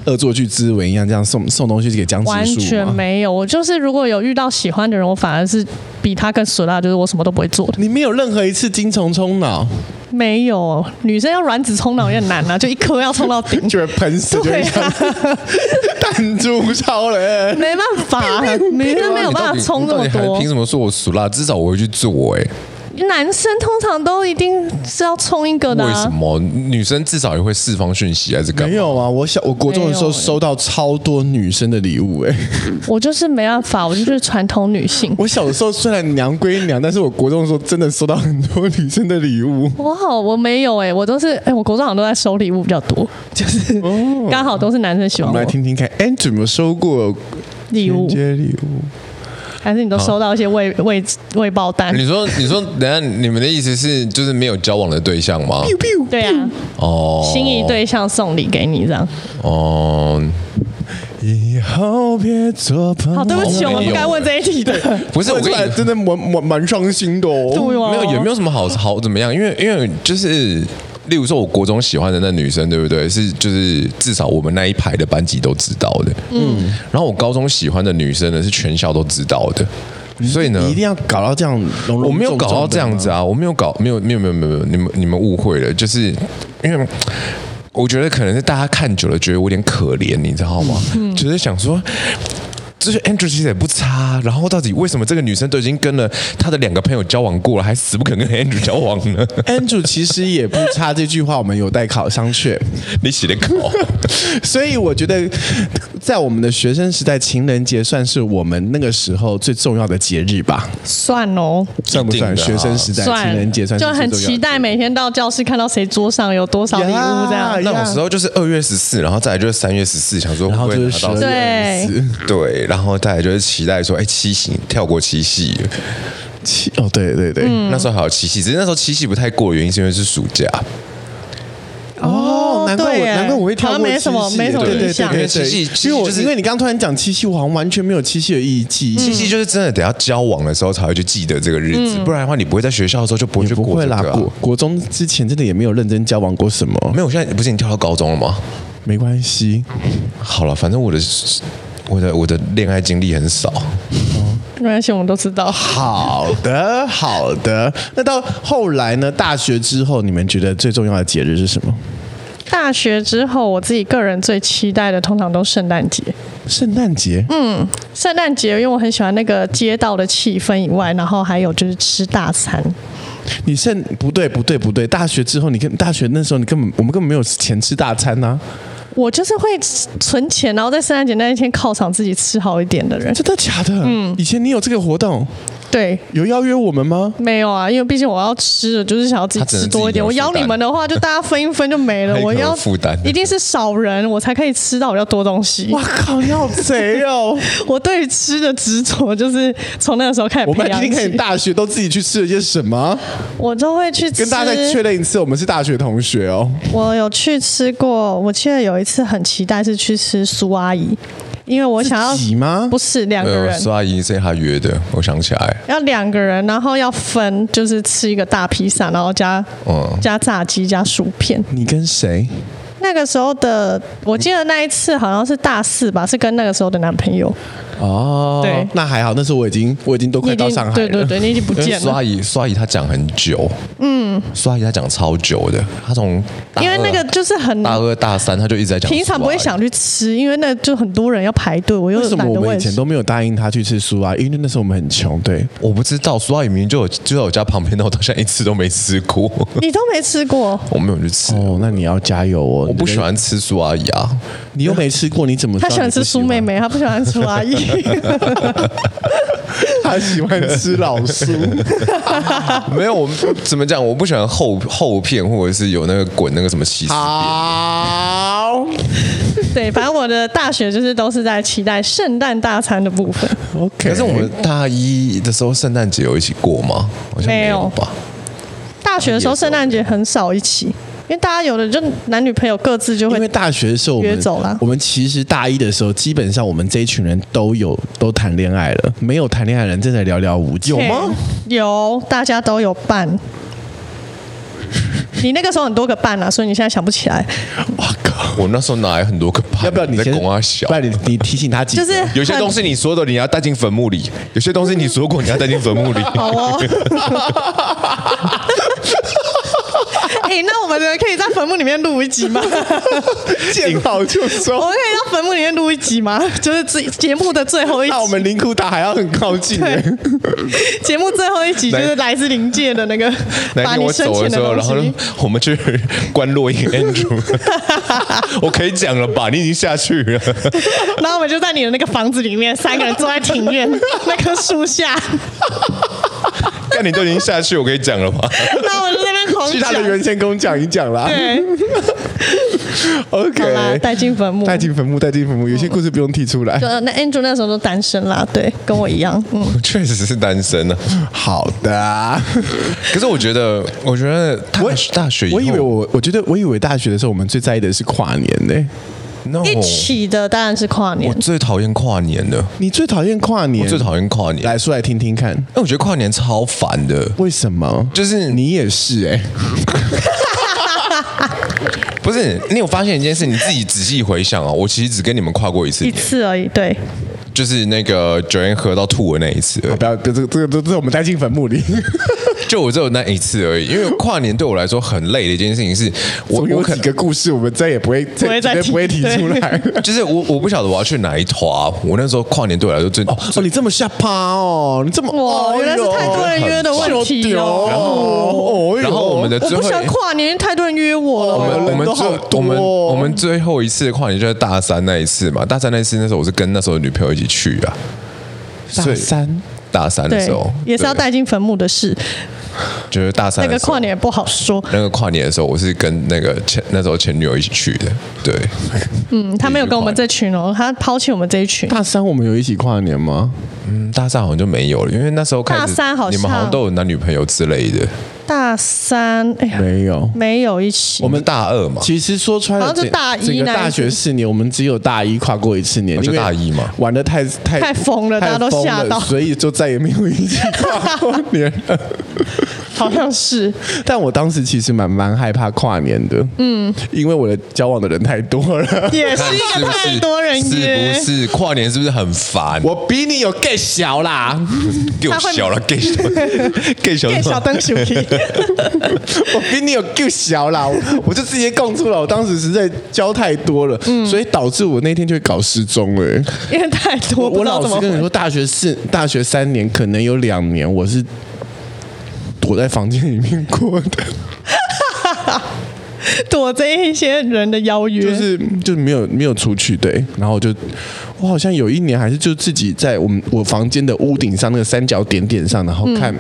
[SPEAKER 3] 恶作剧之吻一样，这样送送东西给江直树吗
[SPEAKER 2] 完全。没有，我就是如果有遇到喜欢的人，我反而是比他更损啊，就是我什么都不会做的。
[SPEAKER 3] 你没有任何一次精虫充脑，
[SPEAKER 2] 没有，女生要卵子充脑也很难啊，就一颗要充到 顶，
[SPEAKER 3] 就会喷死，就
[SPEAKER 2] 对
[SPEAKER 3] 会
[SPEAKER 2] 啊
[SPEAKER 3] 像弹珠欸超人。
[SPEAKER 2] 没办法，女生没有办法充
[SPEAKER 1] 你
[SPEAKER 2] 那
[SPEAKER 1] 到
[SPEAKER 2] 么
[SPEAKER 1] 底还
[SPEAKER 2] 多
[SPEAKER 1] 凭。什么说我俗辣？至少我会去做哎、
[SPEAKER 2] 男生通常都一定是要冲一个的、啊。
[SPEAKER 1] 为什么女生至少也会释放讯息还是干
[SPEAKER 3] 没
[SPEAKER 1] 嘛？
[SPEAKER 3] 有啊，我小我国中的
[SPEAKER 2] 没
[SPEAKER 3] 时候
[SPEAKER 2] 有欸
[SPEAKER 3] 收到超多女生的礼物、哎，
[SPEAKER 2] 我就是没办法，我就是传统女性。
[SPEAKER 3] 我小时候虽然娘归娘，但是我国中的时候真的收到很多女生的礼物。
[SPEAKER 2] 我好，我没有哎、我都是哎、我国中好像都在收礼物比较多，就是刚好都是男生喜
[SPEAKER 3] 我
[SPEAKER 2] 欢
[SPEAKER 3] 们来
[SPEAKER 2] 我
[SPEAKER 3] 听听看，Andrew 有没有收过呃
[SPEAKER 2] 礼物，
[SPEAKER 3] 情人节礼物？
[SPEAKER 2] 还是你都收到一些未未未爆单？
[SPEAKER 1] 你说，你说，等一下你们的意思是就是没有交往的对象吗？
[SPEAKER 2] 对啊，
[SPEAKER 1] 哦，
[SPEAKER 2] 心仪对象送礼给你这样。
[SPEAKER 1] 哦，
[SPEAKER 3] 以后别做朋友。
[SPEAKER 2] 好，对不起，
[SPEAKER 1] 哦
[SPEAKER 2] 我们不该问这一题的。
[SPEAKER 1] 不是我
[SPEAKER 3] 问出
[SPEAKER 1] 跟
[SPEAKER 3] 来
[SPEAKER 1] 你
[SPEAKER 3] 真的蛮蛮蛮伤心的哦。
[SPEAKER 2] 对啊
[SPEAKER 1] 没有也没有什么好好怎么样，因为因为就是，例如说我国中喜欢的那女生，对不对？是就是至少我们那一排的班级都知道的，嗯。然后我高中喜欢的女生呢，是全校都知道的，所以呢，
[SPEAKER 3] 你一定要搞到这样隆隆
[SPEAKER 1] 我没有搞到这样子
[SPEAKER 3] 啊。
[SPEAKER 1] 啊，我没有搞，没有，没有，没有，没有，没有你们你们误会了，就是因为。我觉得可能是大家看久了，觉得我有点可怜，你知道吗？就是想说，就是 Andrew 其实也不差，啊然后到底为什么这个女生都已经跟了她的两个朋友交往过了，还死不肯跟 Andrew 交往呢？
[SPEAKER 3] Andrew 其实也不差这句话，我们有待考商榷。
[SPEAKER 1] 你写的稿，
[SPEAKER 3] 所以我觉得，在我们的学生时代，情人节算是我们那个时候最重要的节日吧？
[SPEAKER 2] 算哦，
[SPEAKER 3] 算不算？
[SPEAKER 1] 一定的啊
[SPEAKER 3] 学生时代
[SPEAKER 2] 算
[SPEAKER 3] 情人节算是
[SPEAKER 2] 就很
[SPEAKER 3] 最重要的
[SPEAKER 2] 期待每天到教室看到谁桌上有多少礼物这
[SPEAKER 3] 呀
[SPEAKER 2] 样。
[SPEAKER 1] 那种时候就是二月十四，然后再来就是三月十四，想说会不
[SPEAKER 3] 然后
[SPEAKER 1] 会
[SPEAKER 3] 就是
[SPEAKER 1] 拿到
[SPEAKER 3] 十二
[SPEAKER 2] 对
[SPEAKER 3] 月十四
[SPEAKER 1] 对，然后再来就是期待说，哎，七夕跳过七夕，
[SPEAKER 3] 七哦，对对
[SPEAKER 2] 嗯
[SPEAKER 3] 对，
[SPEAKER 1] 那时候还有七夕，只是那时候七夕不太过的原因是因为是暑假。
[SPEAKER 3] 哦，难怪
[SPEAKER 2] 对
[SPEAKER 3] 我
[SPEAKER 2] 耶
[SPEAKER 3] 难怪我会跳
[SPEAKER 2] 好
[SPEAKER 3] 过
[SPEAKER 2] 像没
[SPEAKER 3] 七夕
[SPEAKER 2] 什么没什么
[SPEAKER 3] 对对
[SPEAKER 2] 印象
[SPEAKER 3] 对对
[SPEAKER 1] 七
[SPEAKER 3] 对
[SPEAKER 1] 夕七夕
[SPEAKER 3] 因为我
[SPEAKER 1] 就是
[SPEAKER 3] 因为你刚刚突然讲七夕，我好像完全没有七夕的意义。
[SPEAKER 2] 嗯
[SPEAKER 1] 七夕就是真的得要交往的时候才会去记得这个日子，不然的话你不会在学校的时候就不会去
[SPEAKER 3] 不
[SPEAKER 1] 过
[SPEAKER 3] 会
[SPEAKER 1] 这个、
[SPEAKER 3] 啦，
[SPEAKER 1] 啊
[SPEAKER 3] 国。国中之前真的也没有认真交往过什么，
[SPEAKER 1] 没有，现在不是已经跳到高中了吗？
[SPEAKER 3] 没关系。
[SPEAKER 1] 好了，反正我的我的我的恋爱经历很少，
[SPEAKER 2] 没关系，我们都知道。
[SPEAKER 3] 好的， 好的。那到后来呢？大学之后，你们觉得最重要的节日是什么？
[SPEAKER 2] 大学之后，我自己个人最期待的，通常都圣诞节。
[SPEAKER 3] 圣诞节。嗯，
[SPEAKER 2] 圣诞节，因为我很喜欢那个街道的气氛以外，然后还有就是吃大餐。
[SPEAKER 3] 你圣不对，不对，不对。大学之后，你跟大学那时候，你根本我们根本没有钱吃大餐啊呐、
[SPEAKER 2] 我就是会存钱，然后在圣诞节那一天犒赏自己吃好一点的人。
[SPEAKER 3] 真的假的？嗯，以前你有这个活动，
[SPEAKER 2] 对，
[SPEAKER 3] 有邀约我们吗？
[SPEAKER 2] 没有啊，因为毕竟我要吃的，就是想要自己
[SPEAKER 1] 他只能
[SPEAKER 2] 吃多一点。
[SPEAKER 1] 自
[SPEAKER 2] 我
[SPEAKER 1] 己有
[SPEAKER 2] 邀
[SPEAKER 1] 负担
[SPEAKER 2] 你们的话，就大家分一分就 没了。
[SPEAKER 1] 他也
[SPEAKER 2] 我
[SPEAKER 1] 可能
[SPEAKER 2] 要
[SPEAKER 1] 有负担
[SPEAKER 2] 一定是少人，我才可以吃到比较多东西
[SPEAKER 3] 哇。靠，你好贼哦！
[SPEAKER 2] 我对于吃的执着，就是从那个时候开始
[SPEAKER 3] 我
[SPEAKER 2] 培
[SPEAKER 3] 们一
[SPEAKER 2] 养
[SPEAKER 3] 定看你
[SPEAKER 2] 起。
[SPEAKER 3] 大学都自己去吃了些什么？
[SPEAKER 2] 我就会去吃。
[SPEAKER 3] 跟大家再确认一次，我们是大学同学哦。
[SPEAKER 2] 我有去吃过，我记得有一次很期待是去吃苏阿姨，因为我想要
[SPEAKER 3] 自己吗啊
[SPEAKER 2] 不是两个
[SPEAKER 1] 呃，
[SPEAKER 2] 人，
[SPEAKER 1] 苏阿姨是她约的，我想起来，
[SPEAKER 2] 要两个人，然后要分，就是吃一个大披萨，然后加、
[SPEAKER 3] 哦
[SPEAKER 1] 嗯
[SPEAKER 2] 加炸鸡加薯片。
[SPEAKER 3] 你跟谁？
[SPEAKER 2] 那个时候的，我记得那一次好像是大四吧，是跟那个时候的男朋友。
[SPEAKER 3] 哦，
[SPEAKER 2] 对
[SPEAKER 3] 那还好，那时候我已经我已经都
[SPEAKER 2] 你
[SPEAKER 3] 快
[SPEAKER 2] 已
[SPEAKER 3] 到
[SPEAKER 2] 经
[SPEAKER 3] 上海
[SPEAKER 2] 对
[SPEAKER 3] 了。
[SPEAKER 2] 对对，你已经不
[SPEAKER 1] 因为
[SPEAKER 2] 见
[SPEAKER 1] 苏
[SPEAKER 2] 了。
[SPEAKER 1] 阿姨苏阿姨她讲很久，嗯，苏阿姨她讲超久的，她从大二
[SPEAKER 2] 因为那个就是很
[SPEAKER 1] 大二大三她就一直在讲苏阿姨，
[SPEAKER 2] 平常不会想去吃，因为那就很多人要排队，我又
[SPEAKER 3] 为什么
[SPEAKER 2] 懒得
[SPEAKER 3] 我们
[SPEAKER 2] 问
[SPEAKER 3] 以。前都没有答应他去吃苏啊？因为那时候我们很穷，对，
[SPEAKER 1] 我不知道苏阿姨明明就有就在我家旁边，但我到现在一次都没吃过，
[SPEAKER 2] 你都没吃过，
[SPEAKER 1] 我没有去吃，
[SPEAKER 3] 哦，那你要加油哦！
[SPEAKER 1] 我不喜
[SPEAKER 3] 你的，
[SPEAKER 1] 欢吃苏阿姨啊。
[SPEAKER 3] 你又没吃过，你怎么知道
[SPEAKER 2] 他喜欢
[SPEAKER 3] 你不
[SPEAKER 2] 吃苏妹
[SPEAKER 3] 欢？
[SPEAKER 2] 妹，他不喜欢苏阿姨。
[SPEAKER 3] 他喜欢吃老 苏。
[SPEAKER 1] 没有，我怎么讲？我不喜欢厚厚片，或者是有那个滚那个什么起司。
[SPEAKER 3] 好
[SPEAKER 2] 对，反正我的大学就是都是在期待圣诞大餐的部 分。
[SPEAKER 3] ，OK。
[SPEAKER 1] 可是我们大一的时候，圣诞节有一起过吗？好像没有吧。
[SPEAKER 2] 大学的时候圣诞节很少一起，因为大家有的就男女朋友各自就
[SPEAKER 3] 因为
[SPEAKER 2] 会。
[SPEAKER 3] 大学的时候我
[SPEAKER 2] 约
[SPEAKER 3] 们
[SPEAKER 2] 走啦
[SPEAKER 3] 我们其实大一的时候，基本上我们这一群人都有都谈恋爱了，没有谈恋爱的人正在寥寥无几。有
[SPEAKER 2] 嘿？有，大家都有伴。你那个时候很多个伴啊，所以你现在想不起来，
[SPEAKER 3] 我靠！
[SPEAKER 1] 我那时候哪来很多个伴？
[SPEAKER 3] 要不要你
[SPEAKER 1] 在
[SPEAKER 3] 先？
[SPEAKER 1] 拱啊小
[SPEAKER 3] 不？然你你提醒他几个？
[SPEAKER 2] 就是
[SPEAKER 1] 有些东西你说的你要带进坟墓里，有些东西你
[SPEAKER 3] 哦
[SPEAKER 1] 说过你要带进坟墓里。
[SPEAKER 2] 好哦。 哎、那我们可以在坟墓里面录一集 吗？
[SPEAKER 3] 见好就
[SPEAKER 2] 我
[SPEAKER 3] 收
[SPEAKER 2] 们。可以到坟墓里面录一集吗？就是这节目的最后一集
[SPEAKER 3] 那，我们林库达还要很 靠近耶、
[SPEAKER 2] 节目最后一集就是来自灵界的那个， 把
[SPEAKER 1] 那天
[SPEAKER 2] 你
[SPEAKER 1] 我
[SPEAKER 2] 生
[SPEAKER 1] 走的
[SPEAKER 2] 前的
[SPEAKER 1] 时候，
[SPEAKER 2] 东
[SPEAKER 1] 然后
[SPEAKER 2] 西。
[SPEAKER 1] 我们去关落英 Andrew，我 可以讲了吧？你已经下去了，
[SPEAKER 2] 然后我们就在你的 那个房子里面，三个人坐在庭院 那棵树下，
[SPEAKER 1] 看你都已经下去，我可以讲了吧？
[SPEAKER 2] 然后我就在那边狂
[SPEAKER 3] 去他
[SPEAKER 2] 讲
[SPEAKER 3] 的。原先跟我讲一讲啦。
[SPEAKER 2] 对，好啦，
[SPEAKER 3] OK，
[SPEAKER 2] 带进坟墓。
[SPEAKER 3] 带进坟墓，带进坟
[SPEAKER 2] 嗯
[SPEAKER 3] 墓，有些故事不用提出来。
[SPEAKER 2] 呃，那 Andrew 那时候都单身啦，对，跟我一样。嗯，
[SPEAKER 1] 确实是单身 啊，
[SPEAKER 3] 好的啊、
[SPEAKER 1] 可是我觉得，我觉得大
[SPEAKER 3] 我
[SPEAKER 1] 大学以后，
[SPEAKER 3] 我以为我，我觉得我以为大学的时候，我们最在意的是跨年呢、
[SPEAKER 1] no，
[SPEAKER 2] 一起的当然是跨年
[SPEAKER 1] 我。最讨厌跨年的，
[SPEAKER 3] 你最讨厌跨年？
[SPEAKER 1] 我最讨厌跨年，
[SPEAKER 3] 来说来听听看，
[SPEAKER 1] 因为我觉得跨年超烦的。
[SPEAKER 3] 为什么？
[SPEAKER 1] 就是你
[SPEAKER 3] 你也是哎、
[SPEAKER 1] 不是你有发现一件事？你自己仔细回想哦，我其实只跟你们跨过一次
[SPEAKER 2] 一
[SPEAKER 1] 年，
[SPEAKER 2] 次而已，对，
[SPEAKER 1] 就是那个酒店喝到吐的那一次
[SPEAKER 2] 嗯
[SPEAKER 1] 而已。
[SPEAKER 3] 不要，这个这个这个，我们带进坟墓里。
[SPEAKER 1] 就我只有那一次而已，因为跨年对我来说很累的一件事情是，我
[SPEAKER 3] 总
[SPEAKER 1] 我
[SPEAKER 3] 有
[SPEAKER 1] 可
[SPEAKER 3] 几个故事，我们再也不会
[SPEAKER 2] 不会再
[SPEAKER 3] 绝对不会
[SPEAKER 2] 提
[SPEAKER 3] 提出来。
[SPEAKER 1] 就是我我不晓得我要去哪一团、啊我那时候跨年对我来说最、
[SPEAKER 3] 哦，你这么下趴哦，你这么
[SPEAKER 2] 哇
[SPEAKER 3] 哦
[SPEAKER 2] 原来是太多人约的问题哦
[SPEAKER 3] 然后
[SPEAKER 1] 然后我们的
[SPEAKER 2] 我
[SPEAKER 1] 最
[SPEAKER 2] 不
[SPEAKER 1] 后哦
[SPEAKER 2] 喜欢跨年，因为太多人约我了。
[SPEAKER 1] 我们
[SPEAKER 3] 人
[SPEAKER 1] 我们
[SPEAKER 3] 都
[SPEAKER 1] 最
[SPEAKER 3] 好多
[SPEAKER 1] 我们
[SPEAKER 3] 哦
[SPEAKER 1] 我们最后一次跨年就是大三那一次嘛，大三那一次那时候我是跟那时候的女朋友一起去啊，所
[SPEAKER 3] 哎大
[SPEAKER 1] 以
[SPEAKER 3] 三
[SPEAKER 1] 大三的
[SPEAKER 2] 对
[SPEAKER 1] 时候，
[SPEAKER 2] 也是要带进坟墓的事，
[SPEAKER 1] 对，就是大三
[SPEAKER 2] 那
[SPEAKER 1] 的
[SPEAKER 2] 个
[SPEAKER 1] 时候
[SPEAKER 2] 跨年也不好说。
[SPEAKER 1] 那个跨年的时候，我是跟那个前那时候前女友一起去的，对，
[SPEAKER 2] 嗯，他没有跟我们这群哦，他抛弃我们这一群。
[SPEAKER 3] 大三我们有一起跨年吗？
[SPEAKER 1] 嗯，大三好像就没有了，因为那时候开始
[SPEAKER 2] 大三好像
[SPEAKER 1] 你们好像都有男女朋友之类的，
[SPEAKER 2] 大三，哎呀，
[SPEAKER 3] 没有。
[SPEAKER 2] 没有一起。
[SPEAKER 1] 我们大二嘛，
[SPEAKER 3] 其实说穿
[SPEAKER 2] 好
[SPEAKER 3] 了，
[SPEAKER 2] 像是
[SPEAKER 3] 整
[SPEAKER 2] 大一
[SPEAKER 3] 整个
[SPEAKER 2] 那一
[SPEAKER 3] 大学
[SPEAKER 2] 次
[SPEAKER 3] 四年，我们只有大一跨过一次年，
[SPEAKER 1] 哦
[SPEAKER 3] 因
[SPEAKER 1] 就
[SPEAKER 3] 为
[SPEAKER 1] 大一嘛
[SPEAKER 3] 玩的太太
[SPEAKER 2] 太疯了
[SPEAKER 3] 太
[SPEAKER 2] 大家都
[SPEAKER 3] 疯
[SPEAKER 2] 吓
[SPEAKER 3] 了
[SPEAKER 2] 到
[SPEAKER 3] 所以就再也没有一起跨过年 了。
[SPEAKER 2] 好像是，
[SPEAKER 3] 但我当时其实蛮蛮害怕跨年的，嗯，因为我的交往的人太多了。
[SPEAKER 2] 也
[SPEAKER 1] 看
[SPEAKER 2] 是一
[SPEAKER 1] 不
[SPEAKER 2] 个太多人约
[SPEAKER 1] 是不，是跨年是不是很烦？
[SPEAKER 3] 我比你有 gay 小啦，
[SPEAKER 1] 给我
[SPEAKER 2] 他会
[SPEAKER 1] 小了，gay 小，gay 小，
[SPEAKER 2] 变小灯熊皮。
[SPEAKER 3] 我比你有 gay 小啦，我我就直接供出了。我当时实在交太多了，
[SPEAKER 2] 嗯
[SPEAKER 3] 所以导致我那天就会搞失踪了、欸
[SPEAKER 2] 因为太多，
[SPEAKER 3] 我
[SPEAKER 2] 不
[SPEAKER 3] 我
[SPEAKER 2] 知道
[SPEAKER 3] 老
[SPEAKER 2] 怎
[SPEAKER 3] 实
[SPEAKER 2] 么
[SPEAKER 3] 跟你
[SPEAKER 2] 回。
[SPEAKER 3] 说，大学四、大学三年，可能有两年我是躲在房间里面过的，
[SPEAKER 2] 躲着一些人的邀约，
[SPEAKER 3] 就是就没有没有出去对。然后我就我好像有一年还是就自己在我们我房间的屋顶上那个三角点点上，然后看、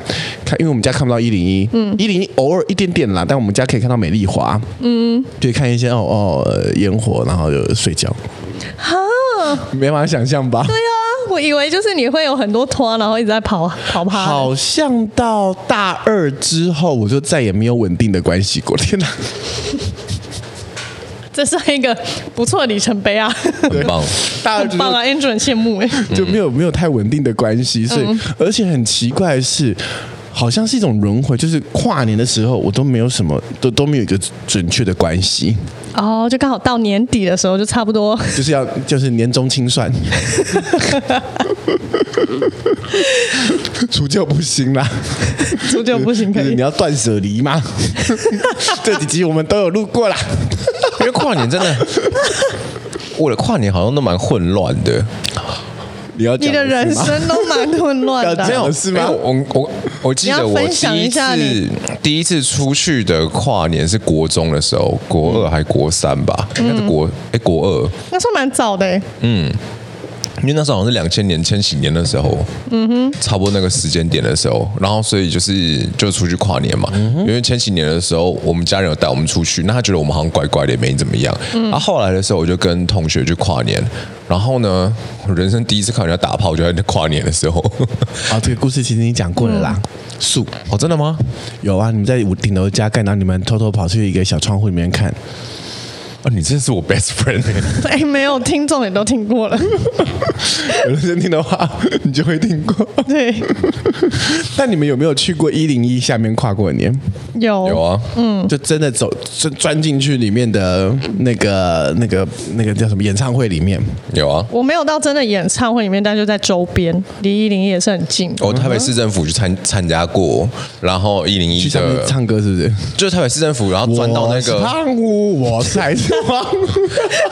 [SPEAKER 3] 看，因为我们家看不到一零一，一零一偶尔一点点啦，但我们家可以看到美丽华，嗯，对，看一些哦哦呃烟火，然后就睡觉，
[SPEAKER 2] 哈，
[SPEAKER 3] 没办法想象吧。
[SPEAKER 2] 对啊，我以为就是你会有很多拖，然后一直在跑跑趴。
[SPEAKER 3] 好像到大二之后，我就再也没有稳定的关系过。天哪！
[SPEAKER 2] 这算一个不错的里程碑啊，
[SPEAKER 1] 很棒。
[SPEAKER 3] 大二就
[SPEAKER 2] 很
[SPEAKER 3] 是
[SPEAKER 2] 棒啊，Andrew 很羡慕 哎。
[SPEAKER 3] 就没有没有太稳定的关系，所以、
[SPEAKER 2] 嗯
[SPEAKER 3] 而且很奇怪的是。好像是一种轮回，就是跨年的时候，我都没有什么，都都没有一个准确的关系，
[SPEAKER 2] 哦，就刚好到年底的时候，就差不 多。
[SPEAKER 3] 就是要就是年终清算， 除旧不新 啦，
[SPEAKER 2] 除旧不行可以
[SPEAKER 3] 就是你要断舍离嘛， 这几集我们都有录过啦，
[SPEAKER 1] 因为跨年真的，我的跨年好像都蛮混乱的。
[SPEAKER 3] 你要
[SPEAKER 2] 你的
[SPEAKER 3] 讲是
[SPEAKER 2] 人
[SPEAKER 3] 吗
[SPEAKER 2] 生都蛮混乱的
[SPEAKER 3] 要这
[SPEAKER 2] 啊。
[SPEAKER 3] 样是吗
[SPEAKER 1] 因为我我我记得
[SPEAKER 2] 你要
[SPEAKER 1] 我
[SPEAKER 2] 分
[SPEAKER 1] 第
[SPEAKER 2] 享
[SPEAKER 1] 一
[SPEAKER 2] 一下
[SPEAKER 1] 次第一次出去的跨年是国中的时候，国二还国三吧，
[SPEAKER 2] 嗯
[SPEAKER 1] 应该是国哎国二，
[SPEAKER 2] 那算蛮早的哎，
[SPEAKER 1] 因为那时候好像是两千年、千禧年的时候，嗯哼，差不多那个时间点的时候，然后所以就是就出去跨年嘛，因为千禧年的时候，我们家人有带我们出去，那他觉得我们好像乖乖的，也没怎么样。
[SPEAKER 3] 嗯
[SPEAKER 1] 然后后来的时候，我就跟同学去跨年，然后呢，我人生第一次看人家打炮，就在那跨年的时候。
[SPEAKER 3] 啊，这个故事其实你讲过了啦，
[SPEAKER 2] 嗯
[SPEAKER 3] 树、
[SPEAKER 1] 哦，真的吗？
[SPEAKER 3] 有啊，你们在顶楼加盖，然后你们偷偷跑去一个小窗户里面看，
[SPEAKER 1] 啊，你真的是我 best friend 欸
[SPEAKER 2] 哎，没有听众也都听过了，
[SPEAKER 3] 有认真听的话，你就会听过。
[SPEAKER 2] 对，
[SPEAKER 3] 但你们有没有去过一零一下面跨过年？
[SPEAKER 2] 有
[SPEAKER 1] 有啊，
[SPEAKER 3] 嗯，就真的走钻钻进去里面的那个、那个、那个叫什么演唱会里面，
[SPEAKER 1] 有啊。
[SPEAKER 2] 我没有到真的演唱会里面，但就在周边，离一零一也是很近。
[SPEAKER 1] 我
[SPEAKER 3] 哦
[SPEAKER 1] 台北市政府去参参加过，然后一零一
[SPEAKER 3] 去上面
[SPEAKER 1] 的，
[SPEAKER 3] 唱歌是不是？
[SPEAKER 1] 就是台北市政府，然后钻到那
[SPEAKER 3] 我是
[SPEAKER 1] 个，
[SPEAKER 3] 胖虎，我才是胖虎。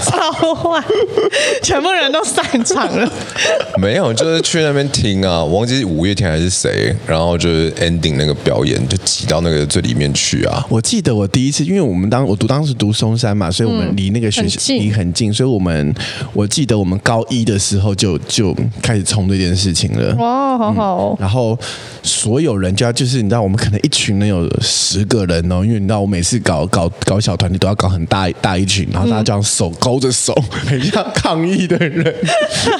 [SPEAKER 2] 超坏，全部人都散场了。
[SPEAKER 1] 没有，就是去那边听啊， 我忘记是五月天还是谁，然后就是 ending 那个表演，就挤到那个最里面去啊。
[SPEAKER 3] 我记得我第一次，因为我们当我读当时读松山嘛，所以我们离那个学
[SPEAKER 2] 很
[SPEAKER 3] 校
[SPEAKER 2] 近
[SPEAKER 3] 离很近，所以我们我记得我们高一的时候就就开始冲这件事情了。
[SPEAKER 2] 哇，好好哦，
[SPEAKER 3] 然后所有人就要就是你知道，我们可能一群人有十个人哦，因为你知道我每次搞搞搞小团体都要搞很大大一群，然后大
[SPEAKER 2] 嗯
[SPEAKER 3] 家这样手勾着手，很像抗议的人，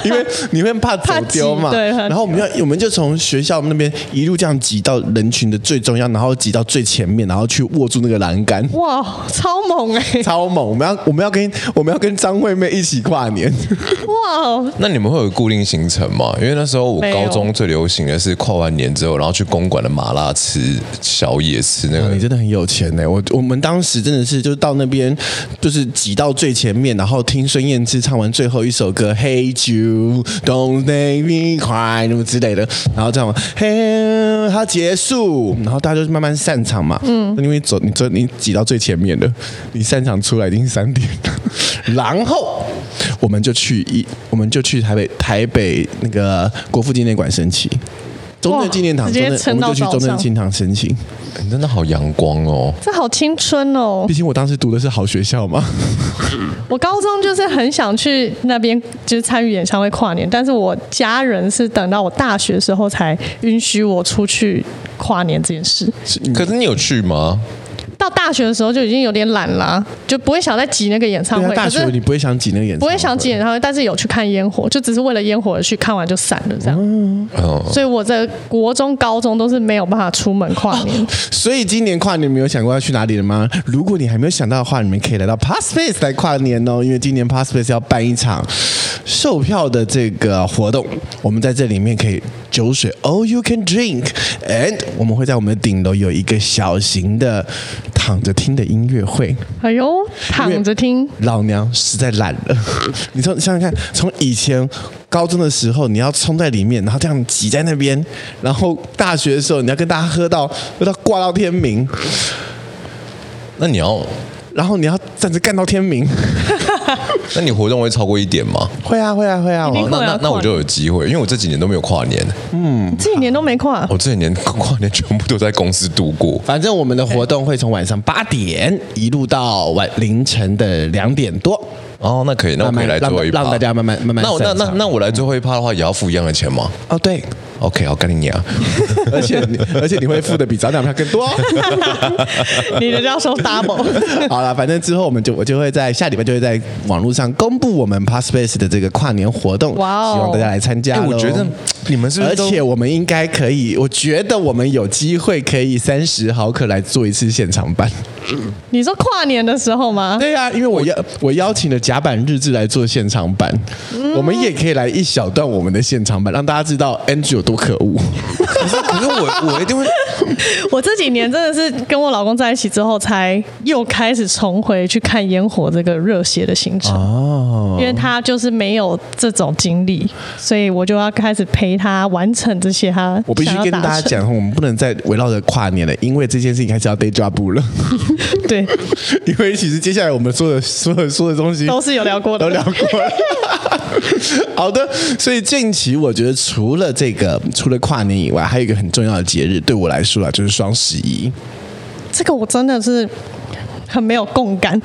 [SPEAKER 3] 因为你会怕走丢
[SPEAKER 2] 怕
[SPEAKER 3] 嘛。
[SPEAKER 2] 挤对怕
[SPEAKER 3] 然后我们要我们就从学校那边一路这样挤到人群的最中央，然后挤到最前面，然后去握住那个栏 杆。
[SPEAKER 2] 嗯哇，超猛哎、
[SPEAKER 3] 超猛！我们要我们要跟我们要跟张惠妹一起跨年，
[SPEAKER 2] 哇，
[SPEAKER 1] 那你们会有固定行程吗？因为那时候我
[SPEAKER 2] 没有
[SPEAKER 1] 高中最流行的是跨完年之后，然后去公馆的麻辣吃宵夜，吃那
[SPEAKER 3] 哦你
[SPEAKER 1] 个。
[SPEAKER 3] 真的很有钱呢、我我们当时真的是就是到那边就是挤到最前面，然后听孙燕姿唱完最后一首歌《Hey Jude Don't Make Me Cry》那么之类的，然后这样嘿，它结束，然后大家就是慢慢散场嘛。嗯，因为走你走你挤到最前面了，你散场出来已经是三点了， 然后我们就去一我们就去台北台北那个国父纪念馆升旗。中正纪念堂，
[SPEAKER 2] 哇直
[SPEAKER 3] 中
[SPEAKER 2] 接
[SPEAKER 3] 正我
[SPEAKER 2] 撑
[SPEAKER 3] 们
[SPEAKER 2] 到
[SPEAKER 3] 就去
[SPEAKER 2] 早
[SPEAKER 3] 中正
[SPEAKER 2] 上
[SPEAKER 3] 纪念堂升旗。
[SPEAKER 1] 你哎真的好阳光哦！
[SPEAKER 2] 这好青春哦
[SPEAKER 3] 毕！竟我当时读的是好学 校嘛，
[SPEAKER 2] 我高中就是很想去那边，就是参与演唱会跨年，但是我家人是等到我大学时候才允许我出去跨年这件事。
[SPEAKER 1] 可是你有去吗？
[SPEAKER 2] 到大学的时候就已经有点懒啦、就不会想再挤那个演唱
[SPEAKER 3] 对
[SPEAKER 2] 会。
[SPEAKER 3] 啊，大学
[SPEAKER 2] 可
[SPEAKER 3] 你
[SPEAKER 2] 是
[SPEAKER 3] 不会想挤那个眼，啊
[SPEAKER 2] 不会想挤演唱会，但是有去看烟火，就只是为了烟火而去，看完就散了这样。
[SPEAKER 3] 哦
[SPEAKER 1] 嗯，
[SPEAKER 2] 所以我在国中、高中都是没有办法出门跨
[SPEAKER 3] 哦
[SPEAKER 2] 年。
[SPEAKER 3] 所以今年跨年没有想过要去哪里了吗？如果你还没有想到的话，你们可以来到 Pass Space 来跨年哦，因为今年 Pass Space 要办一场售票的这个活动，我们在这里面可以酒水 All You Can Drink，and 我们会在我们的顶楼有一个小型的躺着听的音乐会。
[SPEAKER 2] 哎呦，躺着听，
[SPEAKER 3] 老娘实在懒了。 你从想想看，从以前高中的时候，你要冲在里面，然后这样挤在那边，然后大学的时候，你要跟大家喝到喝到挂到天明，
[SPEAKER 1] 那你要，
[SPEAKER 3] 然后你要站着干到天明。
[SPEAKER 1] 那你活动会超过一点吗？
[SPEAKER 3] 会啊，会啊，会啊！
[SPEAKER 2] 一定
[SPEAKER 1] 哦，
[SPEAKER 3] 我
[SPEAKER 1] 那
[SPEAKER 2] 会啊
[SPEAKER 1] 那那我
[SPEAKER 2] 跨年
[SPEAKER 1] 就有机会，因为我这几年都没有跨年，
[SPEAKER 2] 你这几年都没 跨。
[SPEAKER 1] 我这几年跨年全部都在公司度过。
[SPEAKER 3] 反正我们的活动会从晚上八点一路到晚凌晨的两点多，
[SPEAKER 1] 哦，那可以，那我可
[SPEAKER 3] 慢
[SPEAKER 1] 以
[SPEAKER 3] 慢
[SPEAKER 1] 来
[SPEAKER 3] 让
[SPEAKER 1] 最后一趴，
[SPEAKER 3] 让大家慢慢慢慢
[SPEAKER 1] 那我那
[SPEAKER 3] 散
[SPEAKER 1] 那
[SPEAKER 3] 场
[SPEAKER 1] 那我来最后一趴的话，也要付一样的钱吗
[SPEAKER 3] 哦，对，
[SPEAKER 1] ？OK，好，干你娘！
[SPEAKER 3] 而且你而且你会付的比早两票更多。哦
[SPEAKER 2] 你的要收 double，
[SPEAKER 3] 好了，反正之后我们就我就会在下礼拜就会在网络上公布我们 Passpace 的这个跨年活动，
[SPEAKER 2] 哇哦
[SPEAKER 3] 希望大家来参加
[SPEAKER 1] 哎，
[SPEAKER 3] 咯、
[SPEAKER 1] 我觉得你们是不
[SPEAKER 3] 而
[SPEAKER 1] 是都
[SPEAKER 3] 且我们应该可以，我觉得我们有机会可以三十毫克来做一次现场版。
[SPEAKER 2] 你说跨年的时候吗？
[SPEAKER 3] 对啊，因为我邀我邀请了甲板日志来做现场版，我们也可以来一小段我们的现场版，让大家知道 Angie 有多可恶。
[SPEAKER 1] 可是可是我我一定会，
[SPEAKER 2] 我这几年真的是跟我老公在一起之后，才又开始重回去看烟火这个热血的行程。
[SPEAKER 3] 哦，
[SPEAKER 2] 因为他就是没有这种经历，所以我就要开始陪他完成这些他
[SPEAKER 3] 我必须
[SPEAKER 2] 想要
[SPEAKER 3] 跟
[SPEAKER 2] 达
[SPEAKER 3] 大家
[SPEAKER 2] 成，
[SPEAKER 3] 讲，我们不能再围绕着跨年了，因为这件事情开始要 day job 了。
[SPEAKER 2] 对，
[SPEAKER 3] 因为其实接下来我们说的、说的、说的东西
[SPEAKER 2] 都是有聊过的
[SPEAKER 3] 都聊过了。 好的，所以近期我觉得除了这个，除了跨年以外，还有一个很重要的节日，对我来说啊，就是双十一。
[SPEAKER 2] 这个我真的是很没有共感。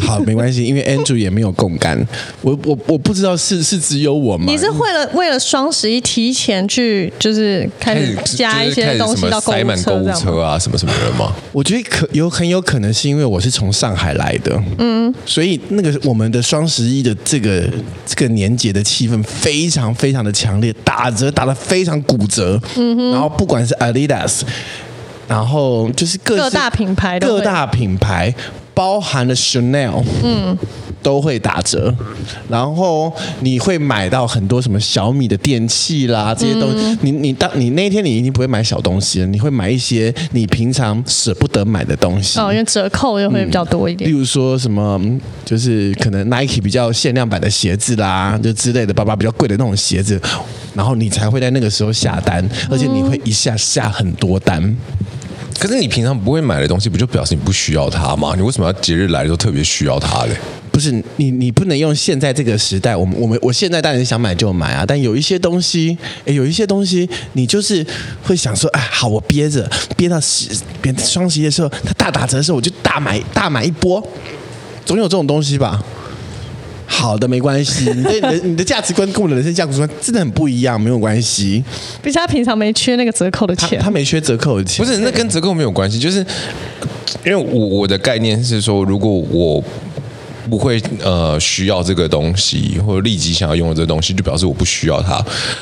[SPEAKER 3] 好，没关系，因为 Andrew 也没有共感，我我我不知道是是只有我吗？
[SPEAKER 2] 你是为了为了双十一提前去，就是 开始加一
[SPEAKER 1] 就是开
[SPEAKER 2] 些
[SPEAKER 1] 始
[SPEAKER 2] 东
[SPEAKER 1] 什
[SPEAKER 2] 西
[SPEAKER 1] 么
[SPEAKER 2] 到购
[SPEAKER 1] 塞
[SPEAKER 2] 物
[SPEAKER 1] 满购
[SPEAKER 2] 车这
[SPEAKER 1] 物
[SPEAKER 2] 样吗？
[SPEAKER 1] 车啊，什么什么的吗？
[SPEAKER 3] 我觉得可有很有可能是因为我是从上海来的，嗯，所以那个我们的双十一的这个这个年节的气氛非常非常的强烈，打折打得非常骨折，嗯哼，然后不管是 Adidas，然后就是各式
[SPEAKER 2] 各大品牌都会
[SPEAKER 3] 各大品牌。包含了 Chanel，嗯，都会打折。然后你会买到很多什么小米的电器啦，这些东西。你你当你那一天你一定不会买小东西了，你会买一些你平常舍不得买的东西。
[SPEAKER 2] 哦，因为折扣又会比较多一
[SPEAKER 3] 例
[SPEAKER 2] 点。
[SPEAKER 3] 如说什么，嗯就是可能 Nike 比较限量版的鞋子啦，就之类的，爸爸比较贵的那种鞋子，然后你才会在那个时候下单，而且你会一下下很多单。
[SPEAKER 1] 可是你平常不会买的东西，不就表示你不需要它吗？你为什么要节日来的时候特别需要它嘞？
[SPEAKER 3] 不是你，你不能用现在这个时代，我们我们我现在当然想买就买啊，但有一些东西，诶有一些东西，你就是会想说，哎，好，我憋着，憋到十，憋到双十一的时候，它大打折的时候，我就大买大买一波，总有这种东西吧。好的，没关系。你对你的你的价值观跟我的人生价值观真的很不一样，没有关系。
[SPEAKER 2] 毕竟他平常没缺那个折扣的
[SPEAKER 3] 他
[SPEAKER 2] 钱
[SPEAKER 3] 他。没缺折扣的钱，
[SPEAKER 1] 不是，那跟折扣没有关系，就是因为我我的概念是说，如果我不会呃需要这个东西，或者立即想要用的这个东西，就表示我不需要它。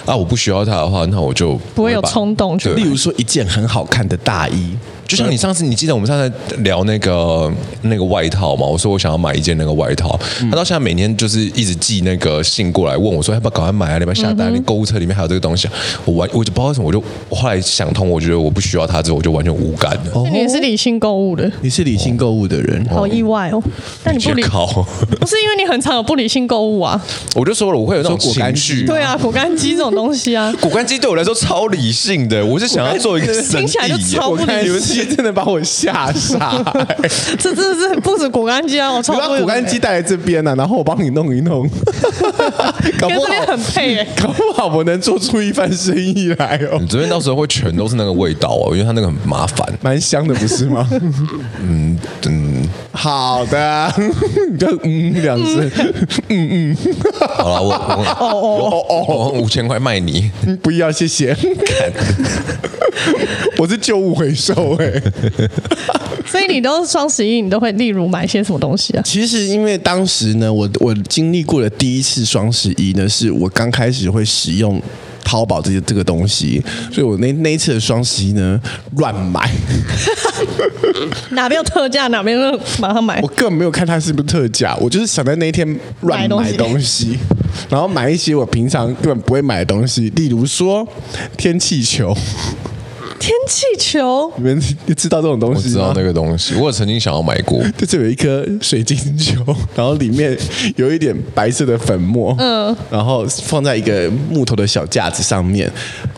[SPEAKER 1] 啊，我不需要它的话，那我就
[SPEAKER 2] 不会有
[SPEAKER 1] 把
[SPEAKER 2] 冲动去
[SPEAKER 1] 对
[SPEAKER 3] 例，如说一件很好看的大衣，
[SPEAKER 1] 就像你上次，你记得我们上次聊那个那个外套嘛？我说我想要买一件那个外套，
[SPEAKER 2] 嗯
[SPEAKER 1] 他到现在每天就是一直寄那个信过来问我说要不要赶快买啊？你要不要
[SPEAKER 2] 嗯
[SPEAKER 1] 下单？你购物车里面还有这个东西啊，我完我就不知道为什么，我就我后来想通，我觉得我不需要它之后，我就完全无感了。
[SPEAKER 3] 哦
[SPEAKER 2] 你也是理性购物的，
[SPEAKER 3] 你是理性购物的人，
[SPEAKER 2] 好意外哦。但你不理，
[SPEAKER 1] 考，
[SPEAKER 2] 不是因为你很常有不理性购物啊？
[SPEAKER 1] 我就说了，我会有那种
[SPEAKER 3] 说果
[SPEAKER 1] 情
[SPEAKER 3] 干
[SPEAKER 1] 绪。
[SPEAKER 3] 机
[SPEAKER 2] 对啊，果干机这种东西啊，
[SPEAKER 1] 骨干机对我来说超理性的，我是想要做一个生意。
[SPEAKER 2] 听起来就超
[SPEAKER 3] 我
[SPEAKER 2] 不
[SPEAKER 3] 看
[SPEAKER 2] 理
[SPEAKER 3] 你们
[SPEAKER 2] 性。
[SPEAKER 3] 这些真的把我吓傻、欸
[SPEAKER 2] 这真的是不止果干机啊，我超
[SPEAKER 3] 你把
[SPEAKER 2] 多
[SPEAKER 3] 骨干机带来这边啊呢、然后我帮你弄一弄，搞
[SPEAKER 2] 跟
[SPEAKER 3] 不
[SPEAKER 2] 这边
[SPEAKER 3] 好
[SPEAKER 2] 很配哎。
[SPEAKER 3] 搞不好我能做出一番生意来哦
[SPEAKER 1] 你，这边到时候会全都是那个味道哦，因为它那个很麻烦。
[SPEAKER 3] 蛮香的不是吗？
[SPEAKER 1] 嗯，
[SPEAKER 3] 好的， 你就嗯两声，
[SPEAKER 1] 好了，我我哦哦哦，五千块卖你，
[SPEAKER 3] 嗯不要谢谢。 我是旧物回收哎、
[SPEAKER 2] 所以你都双十一，你都会例如买些什么东西啊？
[SPEAKER 3] 其实因为当时呢，我我经历过的第一次双十一呢，是我刚开始会使用淘宝这些这个东西，所以我那那一次的双十一呢，乱买。
[SPEAKER 2] 哪边有特价，哪边就马上买
[SPEAKER 3] 我。根本没有看它是不是特价，我就是想在那一天乱买
[SPEAKER 2] 买
[SPEAKER 3] 东
[SPEAKER 2] 东
[SPEAKER 3] 西， 然后买一些我平常根本不会买的东西，例如说天气球，
[SPEAKER 2] 天气球，
[SPEAKER 3] 你们知道这种东
[SPEAKER 1] 我
[SPEAKER 3] 西
[SPEAKER 1] 知
[SPEAKER 3] 吗
[SPEAKER 1] 道那？啊个东西，我有曾经想要买过，
[SPEAKER 3] 就这有一颗水晶球，然后里面有一点白色的粉末，嗯，然后放在一个木头的小架子上面，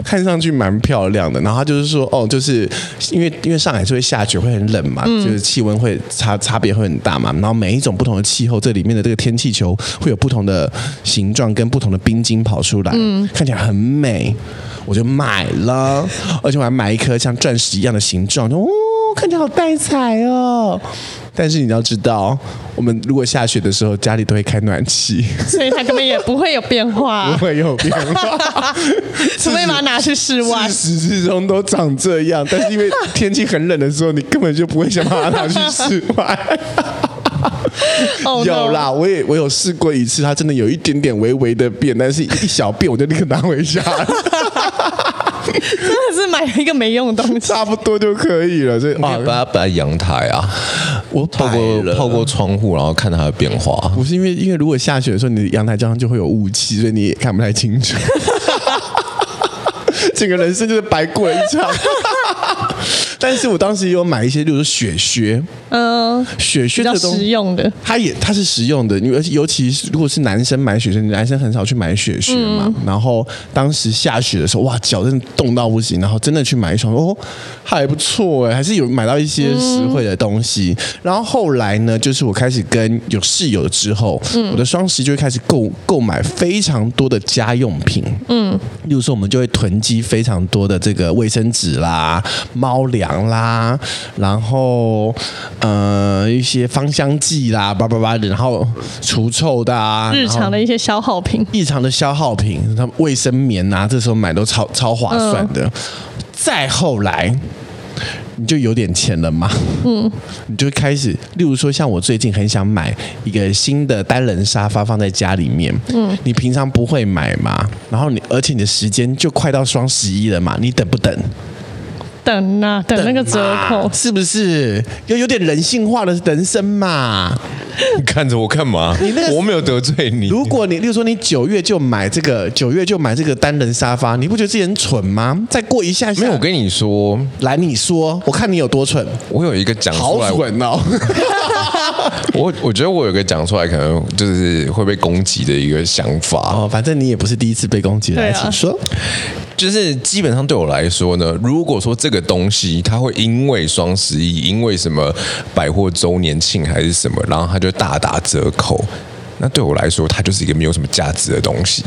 [SPEAKER 3] 看上去蛮漂亮的。然后他就是说，哦，就是因为因为上海是会下雪，会很冷嘛，就是气温会差差别会很大嘛。然后每一种不同的气候，这里面的这个天气球会有不同的形状跟不同的冰晶跑出来，看起来很美，我就买了，而且我还买一颗像钻石一样的形状，就哦。看起来好带彩哦。但是你要知道，我们如果下雪的时候，家里都会开暖 气，
[SPEAKER 2] 所以它根本也不会有变化、啊
[SPEAKER 3] 不会有 变化。
[SPEAKER 2] 除非把它拿去室外
[SPEAKER 3] 自。始至终都长这样，但是因为天气很冷的时候，你根本就不会想把它拿去室 外。
[SPEAKER 2] 哦、
[SPEAKER 3] 有啦，，我也我有试过一次，它真的有一点点微微的变，但是一小变我就立刻拿回家，
[SPEAKER 2] 真的是买了一个没用的东西。
[SPEAKER 3] 差不多就可以了。所以
[SPEAKER 1] 把
[SPEAKER 3] 啊，
[SPEAKER 1] 它摆在阳台啊，
[SPEAKER 3] 我
[SPEAKER 1] 透过透过窗户，然后看它的变化。
[SPEAKER 3] 不是因为因为如果下雪的时候，你的阳台这样就会有雾气，所以你也看不太清楚。整个人生就是白过了一场。但是我当时也有买一些，就是雪靴，
[SPEAKER 2] 嗯、
[SPEAKER 3] 雪
[SPEAKER 2] 比
[SPEAKER 3] 靴
[SPEAKER 2] 较
[SPEAKER 3] 这个东
[SPEAKER 2] 实
[SPEAKER 3] 西。
[SPEAKER 2] 用的。
[SPEAKER 3] 它也它是实用的，因为而且尤其是如果是男生买雪靴，男生很少去买雪靴嘛。
[SPEAKER 2] 嗯
[SPEAKER 3] 然后当时下雪的时候，哇，脚真的冻到不行，然后真的去买一双，哦，还不错哎，还是有买到一些实惠的东西。然后后来呢，就是我开始跟有室友之后，
[SPEAKER 2] 嗯
[SPEAKER 3] 我的双十一就会开始购购买非常多的家用品，嗯，例如说我们就会囤积非常多的这个卫生纸啦、猫粮啦，然后呃一些芳香剂啦，叭叭叭的，然后除臭的啊，
[SPEAKER 2] 日常的
[SPEAKER 3] 然后
[SPEAKER 2] 一些消耗品，
[SPEAKER 3] 日常的消耗品，像卫生棉啊，这时候买都超超划算
[SPEAKER 2] 嗯
[SPEAKER 3] 的。再后来。你就有点钱了嘛，嗯，你就开始，例如说像我最近很想买一个新的单人沙发放在家里面，嗯，你平常不会买嘛，然后你而且你的时间就快到双十一了嘛，你等不等？
[SPEAKER 2] 等呐、等那个折扣
[SPEAKER 3] 嘛。啊是不是？有有点人性化的人生嘛。
[SPEAKER 1] 你看着我干嘛？
[SPEAKER 3] 那个
[SPEAKER 1] 我没有得罪你。
[SPEAKER 3] 如果你，例如说你九月就买这个，九月就买这个单人沙发，你不觉得自己很蠢吗？再过一下下，
[SPEAKER 1] 没有，我跟你说，
[SPEAKER 3] 来你说，我看你有多蠢，
[SPEAKER 1] 我有一个讲出
[SPEAKER 3] 好
[SPEAKER 1] 来，
[SPEAKER 3] 蠢哦！
[SPEAKER 1] 我我觉得我有一个讲出来，可能就是会被攻击的一个想法。
[SPEAKER 3] 哦，反正你也不是第一次被攻击，
[SPEAKER 2] 对
[SPEAKER 3] 来，
[SPEAKER 2] 啊
[SPEAKER 3] 请说。
[SPEAKER 1] 就是基本上对我来说呢，如果说这个东西它会因为双十一，因为什么百货周年庆还是什么，然后它就大打折扣，那对我来说，它就是一个没有什么价值的东西，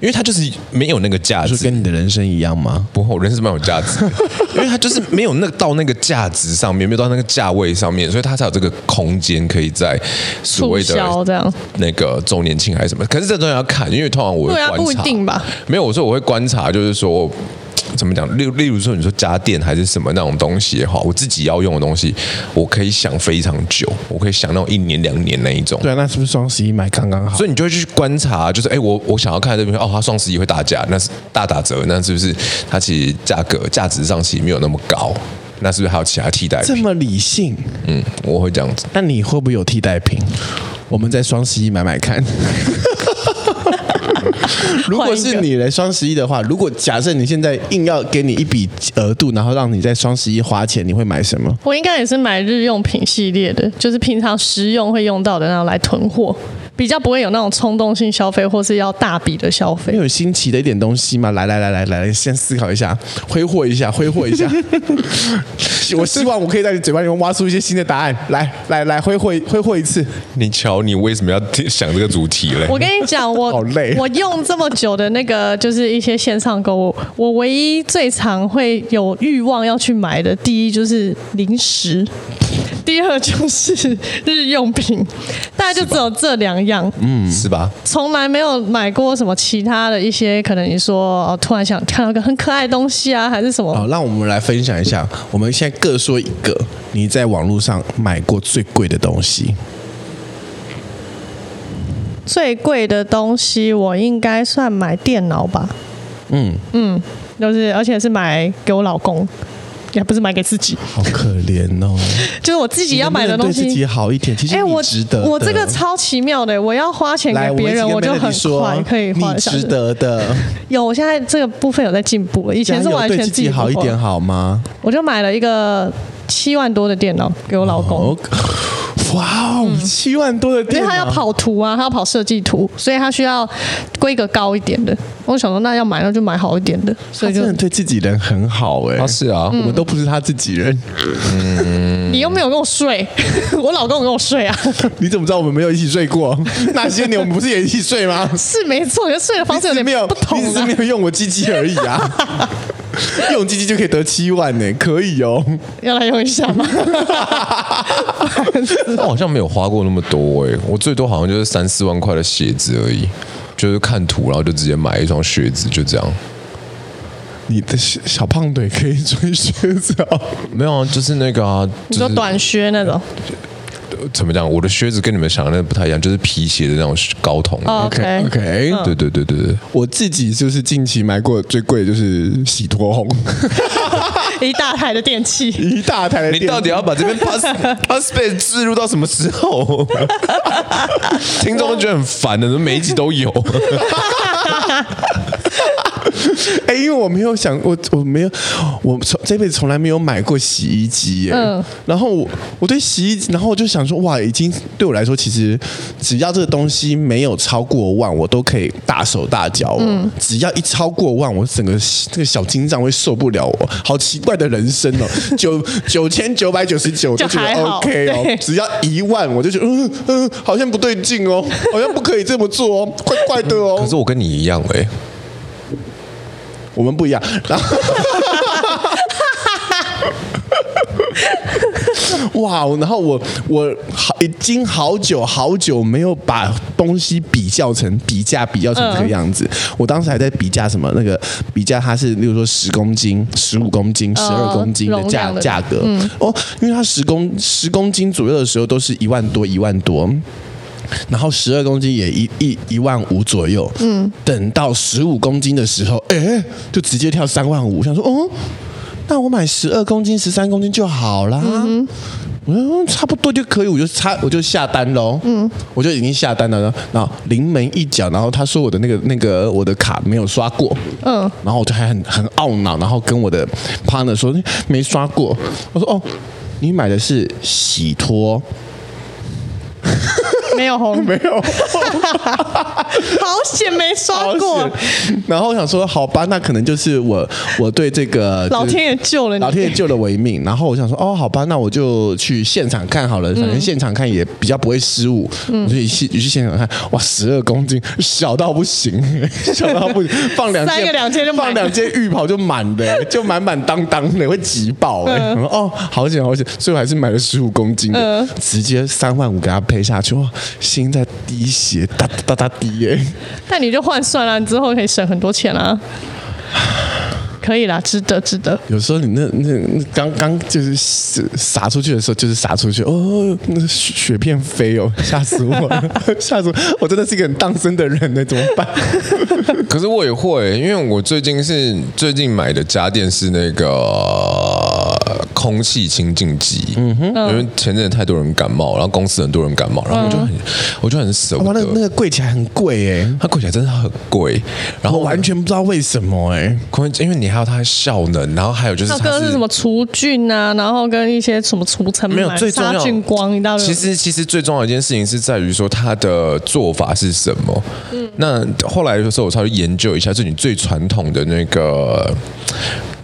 [SPEAKER 1] 因为它就是没有那个价值
[SPEAKER 3] 就。跟你的人生一样吗？
[SPEAKER 1] 不过我人是蛮有价值的，因为他就是没有那到那个价值上面，没有到那个价位上面，所以他才有这个空间可以在所谓
[SPEAKER 2] 促销这
[SPEAKER 1] 的
[SPEAKER 2] 样
[SPEAKER 1] 那个周年庆还是什么。可是这东西要看，因为通常我会
[SPEAKER 2] 对啊
[SPEAKER 1] 观察，
[SPEAKER 2] 不一定吧
[SPEAKER 1] 没有，我说我会观察，就是说。怎么讲？例例如说，你说家电还是什么那种东西的话，我自己要用的东西，我可以想非常久，我可以想那种一年两年那一种。
[SPEAKER 3] 对啊，那是不是双十一买刚刚好？
[SPEAKER 1] 所以你就会去观察，就是哎、诶我我想要看这边哦，它双十一会打价，那是大打折，那是不是它其实价格价值上其实没有那么高？那是不是还有其他替代
[SPEAKER 3] 这
[SPEAKER 1] 品？
[SPEAKER 3] 么理性，
[SPEAKER 1] 嗯，我会这样子。
[SPEAKER 3] 那你会不会有替代品？我们在双十一买买看。 如果是你来双十一的话，如果假设你现在硬要给你一笔额度，然后让你在双十一花钱，你会买什么？
[SPEAKER 2] 我应该也是买日用品系列的，就是平常实用会用到的那种来囤货，比较不会有那种冲动性消费或是要大笔的消
[SPEAKER 3] 没
[SPEAKER 2] 费。
[SPEAKER 3] 有新奇的一点东西吗？来来来来来，先思考一下，挥霍一下，挥霍 一下。我希望我可以在你嘴巴里面挖出一些新的答案。来来来，挥霍挥霍一次。
[SPEAKER 1] 你瞧，你为什么要想这个主题嘞？
[SPEAKER 2] 我跟你讲，我
[SPEAKER 3] 好累
[SPEAKER 2] 我用这么久的那个就是一些线上购物，我唯一最常会有欲望要去买的，第一就是零食，第二就是 日用品，大概就只有这两样。
[SPEAKER 1] 嗯，是吧？
[SPEAKER 2] 从来没有买过什么其他的一些，可能你说哦，突然想看到一个很可爱的东西啊，还是什么？
[SPEAKER 3] 好，让我们来分享一下，我们现在各说一个你在网络上买过最贵的东西。
[SPEAKER 2] 最贵的东西，我应该算买电脑吧。
[SPEAKER 3] 嗯，
[SPEAKER 2] 嗯，就是而且是买给我老公，也不是买给自己，
[SPEAKER 3] 好可怜哦。
[SPEAKER 2] 就是我自己要买的东
[SPEAKER 3] 你能不能对自己
[SPEAKER 2] 西。
[SPEAKER 3] 好一点，其实
[SPEAKER 2] 哎、
[SPEAKER 3] 你
[SPEAKER 2] 我
[SPEAKER 3] 值得的。
[SPEAKER 2] 我这个超奇妙的，我要花钱
[SPEAKER 3] 来，
[SPEAKER 2] 给
[SPEAKER 3] 我
[SPEAKER 2] 别
[SPEAKER 3] 们一
[SPEAKER 2] 人，
[SPEAKER 3] 起
[SPEAKER 2] 我
[SPEAKER 3] 跟
[SPEAKER 2] 就
[SPEAKER 3] Melody
[SPEAKER 2] 很
[SPEAKER 3] 说
[SPEAKER 2] 快可以花
[SPEAKER 3] 你
[SPEAKER 2] 下去
[SPEAKER 3] 值。得的。
[SPEAKER 2] 有，我现在这个部分有在进步了，以前是
[SPEAKER 3] 加油
[SPEAKER 2] 完
[SPEAKER 3] 对
[SPEAKER 2] 全
[SPEAKER 3] 自己
[SPEAKER 2] 己
[SPEAKER 3] 好一
[SPEAKER 2] 不会
[SPEAKER 3] 点好吗？
[SPEAKER 2] 我就买了一个七万多的电脑给我老公。
[SPEAKER 3] 哦，哇哦，七万多的
[SPEAKER 2] 因
[SPEAKER 3] 电
[SPEAKER 2] 为
[SPEAKER 3] 脑，
[SPEAKER 2] 他要跑图啊，他要跑设计图，所以他需要规格高一点的。我想说，那要买那就买好一点的，所
[SPEAKER 3] 他
[SPEAKER 2] 以
[SPEAKER 3] 真
[SPEAKER 2] 就
[SPEAKER 3] 的对自己人很好哎、
[SPEAKER 1] 啊，是啊，
[SPEAKER 2] 嗯
[SPEAKER 3] 我们都不是他自己人，
[SPEAKER 2] 你又没有跟我睡， 我老公有跟我睡啊，
[SPEAKER 3] 你怎么知道我们没有一起睡过？ 那些年我们不是也一起睡 吗？
[SPEAKER 2] 是没错，可是睡的方式有
[SPEAKER 3] 你只
[SPEAKER 2] 点
[SPEAKER 3] 是没有，
[SPEAKER 2] 不同
[SPEAKER 3] 你只是
[SPEAKER 2] 啊
[SPEAKER 3] 没。有用我鸡鸡而已啊。 用鸡鸡就可以得七万呢、可以哦。
[SPEAKER 2] 要来用一下 吗？
[SPEAKER 1] 我好像没有花过那么多诶、欸我最多好像就是三四万块的鞋子而已，就是看图然后就直接买一双靴子，就这样。
[SPEAKER 3] 你的小小胖腿可以穿靴子哦。
[SPEAKER 1] 没有啊，就是那个啊，
[SPEAKER 2] 你
[SPEAKER 1] 就
[SPEAKER 2] 说
[SPEAKER 1] 是
[SPEAKER 2] 短靴那种
[SPEAKER 1] 怎么讲？我的靴子跟你们想的那个不太一样，就是皮鞋的那种高筒。
[SPEAKER 2] 哦
[SPEAKER 3] OK OK，、
[SPEAKER 1] 对对对对对。
[SPEAKER 3] 我自己就是近期买过最贵的就是洗脱烘，
[SPEAKER 2] 一大台的电 器，
[SPEAKER 3] 一大台的
[SPEAKER 1] 你
[SPEAKER 3] 电
[SPEAKER 1] 到底要把这 边 pass pass space 置入到什么时候？ 听众都觉得很烦的，每一集都有。
[SPEAKER 3] 哎、因为我没有想，我我没有，我从这辈子从来没有买过洗衣机耶、
[SPEAKER 2] 嗯
[SPEAKER 3] 然后我我对洗衣机，然后我就想说，哇，已经对我来说，其实只要这个东西没有超过万，我都可以大手大脚哦。
[SPEAKER 2] 嗯
[SPEAKER 3] 只要一超过万，我整个这个小金帐会受不了我。好奇怪的人生哦，九九千九百九十九都觉
[SPEAKER 2] 就还
[SPEAKER 3] 得
[SPEAKER 2] 好
[SPEAKER 3] OK 哦
[SPEAKER 2] 对，
[SPEAKER 3] 只要一万我就觉得嗯嗯，好像不对劲哦， 好像不可以这么做哦，怪怪的哦。
[SPEAKER 1] 可是我跟你一样哎、
[SPEAKER 3] 我们不一样。然后 哇！然后我我好已经好久好久没有把东西比较成比价比较成这个样子。我当时还在比价什么那个比价，它是例如说十公斤、十五公斤、十二
[SPEAKER 2] 哦
[SPEAKER 3] 公斤嗯的
[SPEAKER 2] 容
[SPEAKER 3] 价
[SPEAKER 2] 量的
[SPEAKER 3] 价格。哦，因为它十公十公斤左右的时候都是一万多一万多。然后十二公斤也一一一万五左右，嗯，等到十五公斤的时候，哎，就直接跳三万五，想说，哦，那我买十二公斤、十三公斤就好啦。嗯我说嗯差不多就可以，我就差我就下单喽。嗯，我就已经下单了。然后然后临门一脚，然后他说我的那个那个我的卡没有刷过。嗯，然后我就还很很懊恼，然后跟我的 partner 说没刷过。我说哦，你买的是洗脱，
[SPEAKER 2] 没有红，
[SPEAKER 3] 没 有。
[SPEAKER 2] 好险没刷过，
[SPEAKER 3] 然后我想说，好吧，那可能就是我我对这个
[SPEAKER 2] 老天爷
[SPEAKER 3] 就是
[SPEAKER 2] 救了你
[SPEAKER 3] 老天爷救了我一命。然后我想说，哦，好吧，那我就去现场看好
[SPEAKER 2] 嗯
[SPEAKER 3] 了，反正现场看也比较不会失误。我就去去现场看，哇，十二公斤，小到不 行，小到不行，放两件，
[SPEAKER 2] 塞个两件就满
[SPEAKER 3] 放两件浴袍就满的，就满满当当的，会挤爆哎、我说哦，好险好险，所以我还是买了十五公斤的，
[SPEAKER 2] 嗯
[SPEAKER 3] 直接三万五给他赔下去，哇，心在滴血，哒哒哒哒滴欸耶、
[SPEAKER 2] 但你就换算了，你之后可以省很多钱啦。可以啦，值得，值得。
[SPEAKER 3] 有时候你那那那刚刚就是撒出去的时候，就是撒出去哦，那雪雪片飞哦， 吓死我了， 吓死我！我真的是一个很当真的人呢，怎么办？
[SPEAKER 1] 可是我也会，因为我最近是最近买的家电是那个呃空气清净机，嗯哼，因为前阵子太多人感冒，然后公司很多人感冒，然后我就很、我就很舍不
[SPEAKER 3] 哇，那那
[SPEAKER 1] 得。
[SPEAKER 3] 个贵起来很贵哎，
[SPEAKER 1] 它贵起来真的很贵，然后
[SPEAKER 3] 我哦完全不知道为什么哎。
[SPEAKER 1] 关键，因为你还有它的效能，然后还有就是
[SPEAKER 2] 那
[SPEAKER 1] 它
[SPEAKER 2] 个是什么除菌啊，然后跟一些什么除尘
[SPEAKER 1] 没有
[SPEAKER 2] 螨、
[SPEAKER 1] 最重
[SPEAKER 2] 杀
[SPEAKER 1] 要
[SPEAKER 2] 菌光一大堆。
[SPEAKER 1] 其实其实最重要的一件事情是在于说它的做法是什么。嗯，那后来的时候我稍微研究一下，就是你最传统的那个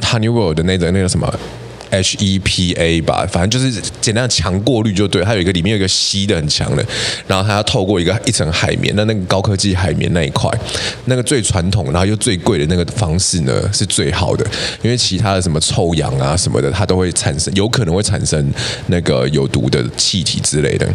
[SPEAKER 1] Honeywell 的那个那个什么。HEPA 吧，反正就是简单的强过滤就对。它有一个里面有一个吸的很强的，然后它要透过一个一层海绵，那那个高科技海绵那一块，那个最传统，然后又最贵的那个方式呢是最好的，因为其他的什么臭氧啊什么的，它都会产生，有可能会产生那个有毒的气体之类的。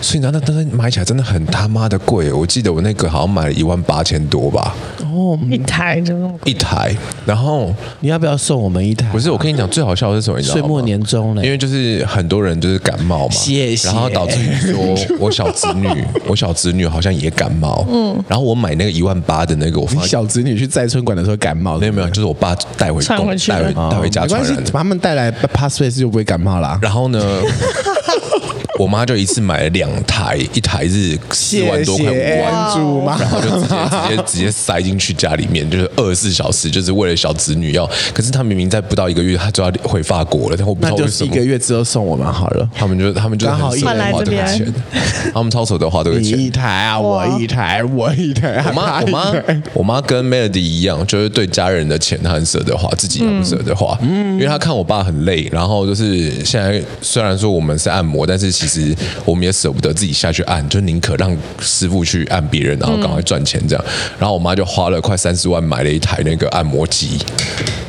[SPEAKER 1] 所以呢，那那那买起来真的很他妈的贵。我记得我那个好像买了一万八千多吧，嗯
[SPEAKER 2] 一台就那么贵
[SPEAKER 1] 一台。然后
[SPEAKER 3] 你要不要送我们一台
[SPEAKER 1] 不是我跟你讲最好笑的是什么？你知道吗？
[SPEAKER 3] 岁末年终嘞
[SPEAKER 1] 因为就是很多人就是感冒嘛，
[SPEAKER 3] 谢谢
[SPEAKER 1] 然后导致于说我小侄 女，我小侄女好像也感冒，嗯，然后我买那个一万八的那个，我
[SPEAKER 3] 你
[SPEAKER 1] 发现
[SPEAKER 3] 小侄女去在村馆的时候感冒
[SPEAKER 1] 没
[SPEAKER 3] 的
[SPEAKER 1] 有没有，就是我爸带回
[SPEAKER 2] 传
[SPEAKER 1] 公
[SPEAKER 2] 回去
[SPEAKER 1] 带
[SPEAKER 2] 的
[SPEAKER 1] 回带回家
[SPEAKER 3] 嗯啊
[SPEAKER 1] 传
[SPEAKER 3] 没关系
[SPEAKER 1] 染，的。
[SPEAKER 3] 把他们带来 Passphrase 就不会感冒啦。
[SPEAKER 1] 然后呢， 我妈就一次买了两台，一台是四万多块五万。
[SPEAKER 3] 主妈
[SPEAKER 1] 然后就直接直接直接塞进去家里面，就是二十四小时，就是为了小侄女要。可是她明明在不到一个月，她就要回法国了，但我不知道
[SPEAKER 3] 那就
[SPEAKER 1] 为
[SPEAKER 3] 是
[SPEAKER 1] 什
[SPEAKER 3] 一
[SPEAKER 1] 么
[SPEAKER 3] 个。月之后送我们好了。
[SPEAKER 1] 他们就他们就
[SPEAKER 3] 刚好
[SPEAKER 1] 很
[SPEAKER 3] 一
[SPEAKER 1] 舍得
[SPEAKER 2] 人
[SPEAKER 1] 花这个
[SPEAKER 2] 换来这
[SPEAKER 1] 钱，他们超舍得花这个
[SPEAKER 3] 你哎
[SPEAKER 1] 钱。
[SPEAKER 3] 一台啊，
[SPEAKER 2] 哇
[SPEAKER 3] 我一台，我一台，
[SPEAKER 1] 我妈，
[SPEAKER 3] 他
[SPEAKER 1] 我
[SPEAKER 3] 一
[SPEAKER 1] 妈
[SPEAKER 3] 台，
[SPEAKER 1] 我妈跟 Melody 一样，就是对家人的钱她很舍得花，自己也不舍得花。因为她看我爸很累，然后就是现在虽然说我们是按摩，但是其实我们也舍不得自己下去按，就宁可让师傅去按别人，然后赶快赚钱这样。然后我妈就花了快三十万买了一台那个按摩机，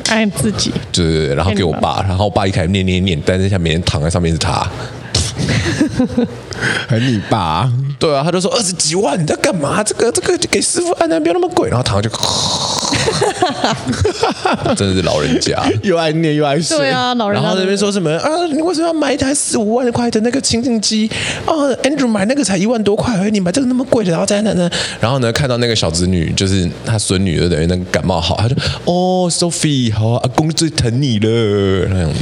[SPEAKER 2] 爱哎自己。
[SPEAKER 1] 就是然后给我爸，然后我爸一开始念念念，但是下每天躺在上面是他。
[SPEAKER 3] 很你爸啊。
[SPEAKER 1] 对啊，他就说二十几万，你在干嘛？这个这个给师傅按的不要那么贵，然后躺下就， 真的是老人家。
[SPEAKER 3] 又爱念又爱睡。
[SPEAKER 2] 对啊，老人
[SPEAKER 1] 然
[SPEAKER 2] 家
[SPEAKER 1] 后那边说什么啊？你为什么要买一台四五万块的那个清净机啊？Andrew 买那个才一万多块而已，你买这个那么贵的，然后在那呢？然后呢，看到那个小侄女，就是她孙女，就等于那个感冒好，她就哦，Sophie 好啊，阿公最疼你了，那种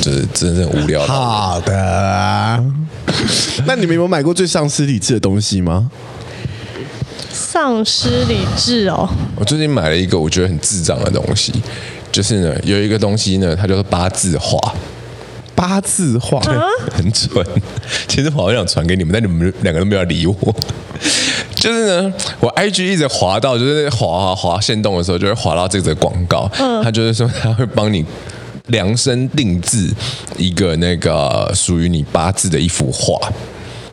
[SPEAKER 1] 就是真的是很无聊。
[SPEAKER 3] 好的啊。那你们有没有买过最丧失理智的东西吗？
[SPEAKER 2] 丧失理智哦，
[SPEAKER 1] 我最近买了一个我觉得很智障的东西，就是呢，有一个东西呢，它叫做八字画，
[SPEAKER 3] 八字画，
[SPEAKER 1] 很蠢。其实我好想传给你们，但你们两个都没有理我。 就是呢，我 IG 一直滑到，就是滑滑滑线动的时候，就会滑到这则广告。嗯，他就是说他会帮你量身定制一个那个属于你八字的一幅画。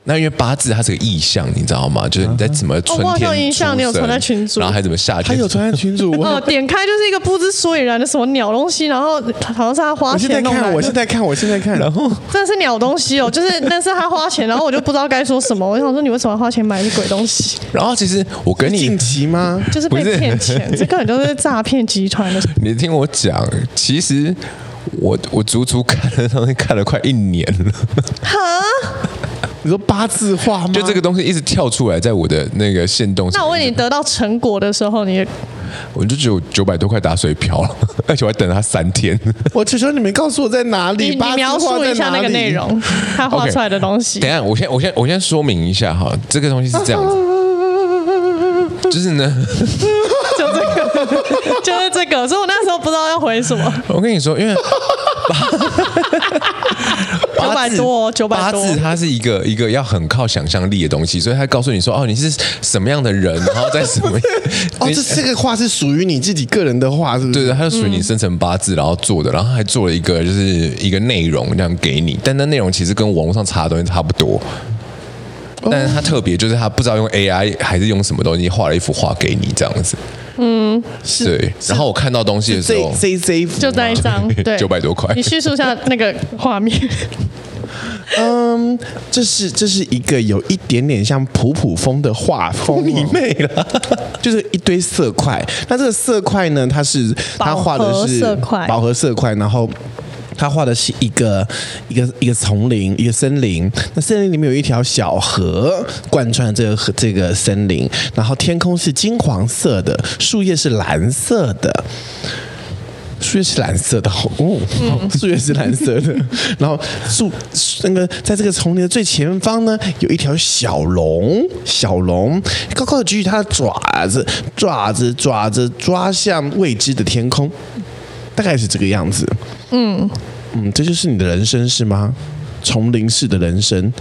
[SPEAKER 1] 那因为八字它是个意象，你知道吗？就是你在怎么春
[SPEAKER 2] 哦我好像
[SPEAKER 1] 天、
[SPEAKER 2] 有印象你有传在群组
[SPEAKER 1] 然后还怎么夏天，
[SPEAKER 3] 他有传染群主，
[SPEAKER 2] 哦，
[SPEAKER 3] 我
[SPEAKER 2] 点开就是一个不知所以然的什么鸟东西，然后好像是他花
[SPEAKER 3] 我现
[SPEAKER 2] 钱
[SPEAKER 3] 在
[SPEAKER 2] 弄来
[SPEAKER 3] 看，
[SPEAKER 2] 的
[SPEAKER 3] 我现在看，我现在看，然后
[SPEAKER 2] 真的是鸟东西哦，就是那是他花钱，然后我就不知道该说什么，我想说你为什么要花钱买这鬼 东西？
[SPEAKER 1] 然后其实我跟你
[SPEAKER 3] 近期吗？
[SPEAKER 2] 就是被
[SPEAKER 1] 不是
[SPEAKER 2] 骗钱，这根本就是诈骗集团的。
[SPEAKER 1] 你听我讲，其实嗯我我足足看了上面看了快一年了，
[SPEAKER 2] 哈，
[SPEAKER 3] 你说八字画吗？
[SPEAKER 1] 就这个东西一直跳出来，在我的那个线动上面。
[SPEAKER 2] 那我问你，得到成果的时候，你
[SPEAKER 1] 我就只有九百多块打水漂了， 而且我还等了他三天。
[SPEAKER 3] 我求求你们告诉我在哪
[SPEAKER 2] 你
[SPEAKER 3] 里，
[SPEAKER 2] 你
[SPEAKER 3] 八字
[SPEAKER 2] 描
[SPEAKER 3] 画
[SPEAKER 2] 述
[SPEAKER 3] 在
[SPEAKER 2] 一下
[SPEAKER 3] 哪
[SPEAKER 2] 那个
[SPEAKER 3] 里
[SPEAKER 2] 内。容，他画
[SPEAKER 1] OK
[SPEAKER 2] 出来的东西
[SPEAKER 1] 等一。下，我先我先我先说明一下哈，这个东西是这样 子，就是呢，
[SPEAKER 2] 就这个， 就是这个，所以我那时候不知道要回什么，
[SPEAKER 1] 我跟你说，因为
[SPEAKER 2] 九百多哦，九百
[SPEAKER 1] 八
[SPEAKER 2] 多，
[SPEAKER 1] 字它是一个一个要很靠想象力的东西，所以它告诉你说，哦，你是什么样的人，然后在什 么，
[SPEAKER 3] 哦，
[SPEAKER 1] 你
[SPEAKER 3] 这这个画是属于你自己个人的画，是不是？
[SPEAKER 1] 对对，它就
[SPEAKER 2] 嗯
[SPEAKER 1] 属于你生辰八字，然后做的，然后还做了一个就是一个内容这样给你，但那内容其实跟网络上查的东西差不多。但是它特别就是它不知道用 AI 还是用什么东西画了一幅画给你这样子，
[SPEAKER 2] 嗯
[SPEAKER 3] 是
[SPEAKER 1] 对。然后我看到东西的时
[SPEAKER 3] 这
[SPEAKER 1] 候，
[SPEAKER 3] 这这一幅
[SPEAKER 2] 就那 一张，对，
[SPEAKER 1] 900多块
[SPEAKER 2] 你叙述一下那个画面，
[SPEAKER 3] 嗯，这是这是一个有一点点像普普风的画风，哦你妹了，就是一堆色块。那这个色块呢，它是它画的
[SPEAKER 2] 饱和
[SPEAKER 3] 是
[SPEAKER 2] 色块
[SPEAKER 3] 饱和色块，然后。它画的是一个一个一个丛林，一个森林。那森林里面有一条小河贯穿这个河这个森林，然后天空是金黄色的，树叶是蓝色的。树叶是蓝色的，好哦，树叶是蓝色的。然后树那个在这个丛林的最前方呢，有一条小龙，小龙高高的举起它的爪子，爪子爪子抓向未知的天空，大概是这个样子。嗯，这就是你的人生是吗？丛林式的人生，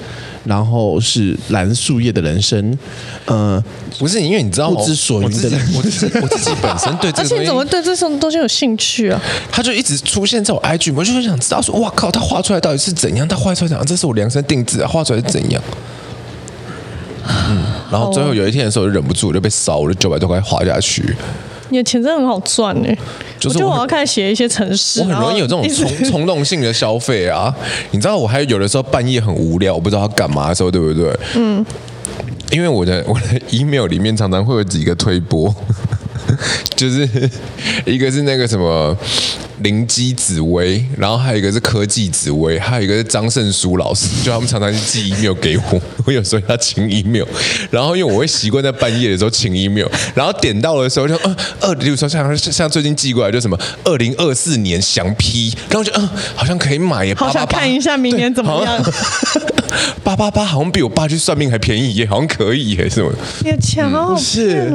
[SPEAKER 3] 然后是蓝树叶的人生，呃，
[SPEAKER 1] 不是因为你知道吗
[SPEAKER 3] 不知所云
[SPEAKER 1] 我自己
[SPEAKER 3] 的
[SPEAKER 1] 我自己我自己本身对 这
[SPEAKER 2] 而
[SPEAKER 1] 个
[SPEAKER 2] 且
[SPEAKER 1] 东
[SPEAKER 2] 你
[SPEAKER 1] 西
[SPEAKER 2] 怎么对这种东西有兴趣啊？
[SPEAKER 1] 他就一直出现在我 IG，我就很想知道说，哇靠，他画出来到底是怎样？他画出来怎样？这是我量身定制啊，画出来是怎样？嗯，然后最后有一天的时候，我就忍不住我就被烧，我就九百多块花下去。
[SPEAKER 2] 你的钱真的很好赚哎、
[SPEAKER 1] 就是
[SPEAKER 2] 我觉得
[SPEAKER 1] 我
[SPEAKER 2] 我
[SPEAKER 1] 很
[SPEAKER 2] 要开始写一些城市，
[SPEAKER 1] 我很容易有这种
[SPEAKER 2] 然后一
[SPEAKER 1] 冲
[SPEAKER 2] 直
[SPEAKER 1] 冲动性的消费啊。你知道，我还有的时候半夜很无聊，我不知道要干嘛的时候，对不对？嗯。因为我的我 的 email 里面常常会有几个推播， 就是一个是那个什么灵机紫薇，然后还有一个是科技紫薇，还有一个是张胜书老师，就他们常常去寄 email 给我， 我有时候要清 email，然后因为我会习惯在半夜的时候清 email，然后点到的时候就嗯二，比如说像像最近寄过来就什么二零二四年详批，然后就嗯好像可以买耶，
[SPEAKER 2] 好想
[SPEAKER 1] 888
[SPEAKER 2] 看一下明年怎么样
[SPEAKER 1] 对 好像啊 八八八好像比我爸去算命还便宜耶，好像可以耶，什么？
[SPEAKER 2] 你的钱好 好
[SPEAKER 3] 是，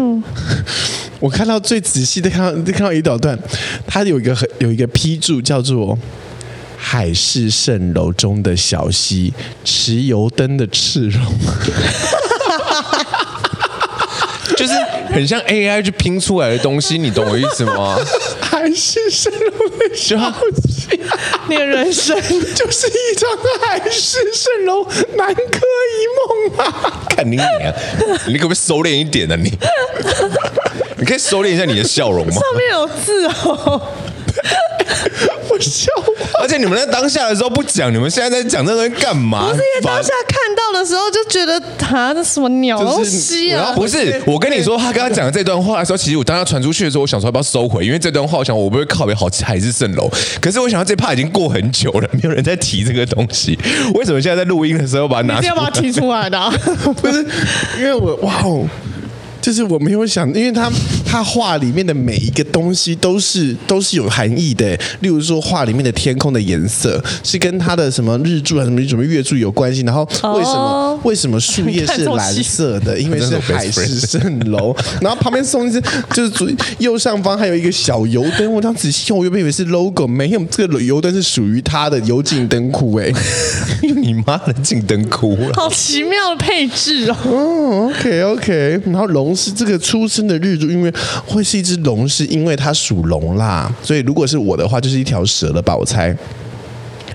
[SPEAKER 3] 我看到最仔细的看到看到一小段，它有一个很有一个批注叫做“海市蜃楼中的小溪，持油灯的赤龙
[SPEAKER 1] 就是很像 AI 去拼出来的东西，你懂我意思吗？”，
[SPEAKER 3] 海市蜃楼的
[SPEAKER 1] 就
[SPEAKER 2] 啊
[SPEAKER 1] 它
[SPEAKER 2] 你的人生
[SPEAKER 3] 就是一场海市蜃楼南柯一梦啊！
[SPEAKER 1] 看你脸，你可不可以收敛一点呢、 啊？你，你可以收敛一下你的笑容吗？
[SPEAKER 2] 上面有字哦，
[SPEAKER 3] 我笑
[SPEAKER 1] 而且你们在当下的时候不讲，你们现在在讲这东西干嘛？
[SPEAKER 2] 不是因为
[SPEAKER 1] 很烦
[SPEAKER 2] 当下看到的时候就觉得他这什么鸟东西
[SPEAKER 1] 然后
[SPEAKER 2] 啊？
[SPEAKER 1] 不是，我跟你说，他刚刚讲的这段话的时候，其实我当他传出去的时候，我想说要不要收回，因为这段话，我想我不会靠北好海市蜃楼。可是我想到这趴已经过很久了，没有人在提这个东西，为什么现在在录音的时候把它
[SPEAKER 2] 你
[SPEAKER 1] 拿
[SPEAKER 2] 是
[SPEAKER 1] 出
[SPEAKER 2] 要把
[SPEAKER 1] 来
[SPEAKER 2] 它？提出来 的、啊，
[SPEAKER 3] 不是，因为我哇哦，就是我没有想，因为他他画里面的每一个东西都是都是有含义的，例如说画里面的天空的颜色是跟它的什么日柱还啊是什么什么月柱有关系，然后为什么、
[SPEAKER 2] 哦
[SPEAKER 3] 为什么树叶是蓝色的？因为是海市蜃楼，然后旁边送一只就是左右上方还有一个小油灯，我当时仔细看，我原本以为是 logo，没有，这个油灯是属于它的油井灯库哎、
[SPEAKER 1] 你妈的，进灯哭了。
[SPEAKER 2] 好奇妙的配置哦。
[SPEAKER 3] 哦，OK OK，然后龙是这个出生的日柱，因为会是一只龙，是因为它属龙啦，所以如果是我的话，就是一条蛇了吧，我猜。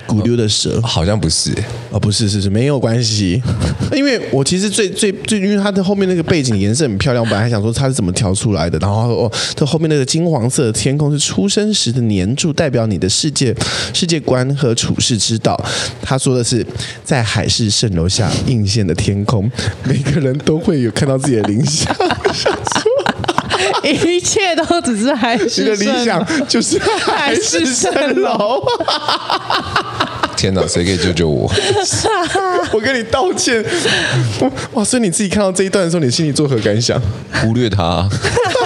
[SPEAKER 3] 骨溜的蛇
[SPEAKER 1] 好像不是，
[SPEAKER 3] 哦，不是，是是没有关系， 因为我其实最最最，因为它的后面那个背景颜色很漂亮，我本来还想说它是怎么调出来的，然后哦，这后面那个金黄色的天空是出生时的年柱，代表你的世界世界观和处世之道。他说的是在海市蜃楼下映现的天空，每个人都会有看到自己的 理想，
[SPEAKER 2] 一切都只是海
[SPEAKER 3] 你 的
[SPEAKER 2] 市
[SPEAKER 3] 理
[SPEAKER 2] 蜃楼。
[SPEAKER 3] 想就是海市蜃楼。
[SPEAKER 1] 天哪，谁可以救救我？
[SPEAKER 3] 我跟你道歉。哇，所以你自己看到这一段的时候，你心里作何感想？
[SPEAKER 1] 忽略他，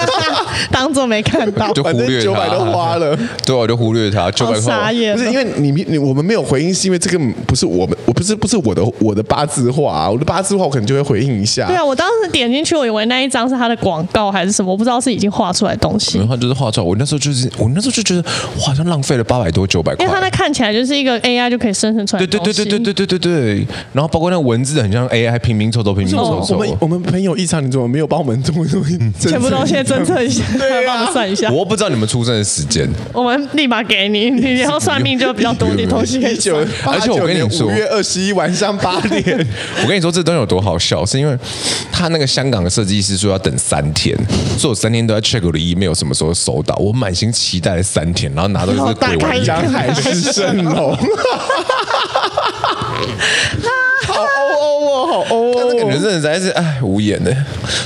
[SPEAKER 2] 当做没看到，
[SPEAKER 1] 就忽
[SPEAKER 3] 反
[SPEAKER 1] 略
[SPEAKER 3] 正
[SPEAKER 1] 他。
[SPEAKER 3] 九百都花了，
[SPEAKER 1] 对啊，我就忽略他，九
[SPEAKER 2] 好
[SPEAKER 1] 百
[SPEAKER 2] 傻
[SPEAKER 1] 块。
[SPEAKER 2] 眼
[SPEAKER 3] 不
[SPEAKER 2] 哦。
[SPEAKER 3] 是因为你你我们没有回应，是因为这个不是我们，我不是不是我的我的八字话、我的八字话我可能就会回应一下。
[SPEAKER 2] 对啊，我当时点进去，我以为那一张是他的广告还是什么，我不知道是已经画出来的东西
[SPEAKER 1] 然。后就是画照，我那时候就是，我那时候就觉得，我好像浪费了八百多九百块。
[SPEAKER 2] 因为他那看起来就是一个 AI 就可以生成出来
[SPEAKER 1] 对
[SPEAKER 2] 的
[SPEAKER 1] 对
[SPEAKER 2] 东西，
[SPEAKER 1] 对对对对对对对，然后包括那文字很像 AI 拼拼凑凑拼拼
[SPEAKER 3] 我
[SPEAKER 1] 凑
[SPEAKER 3] 我们
[SPEAKER 1] 凑。
[SPEAKER 3] 我们朋友异常，你怎么没有帮我们这么多？
[SPEAKER 2] 全
[SPEAKER 3] 全
[SPEAKER 2] 部都先侦测一下，帮我算一 下，
[SPEAKER 1] 我不知道你们出生的时间，
[SPEAKER 2] 我们立马给你，你然后算命就比较多点东西 可以
[SPEAKER 3] 一九
[SPEAKER 2] 算。，
[SPEAKER 1] 而且我跟你说
[SPEAKER 3] 五月二十一晚上八 点，
[SPEAKER 1] 我跟你说这东西有多好笑，是因为他那个香港的设计师说要等三天，所以我三天都在 check 我的 email 什么时候收到，我满心期待了三天，然后拿到这个鬼玩意
[SPEAKER 3] 江海市 蜃楼，好欧欧哦，好欧
[SPEAKER 1] 但
[SPEAKER 3] 欧、
[SPEAKER 1] 是感觉
[SPEAKER 3] 哦。
[SPEAKER 1] 真的实在是哎无言呢、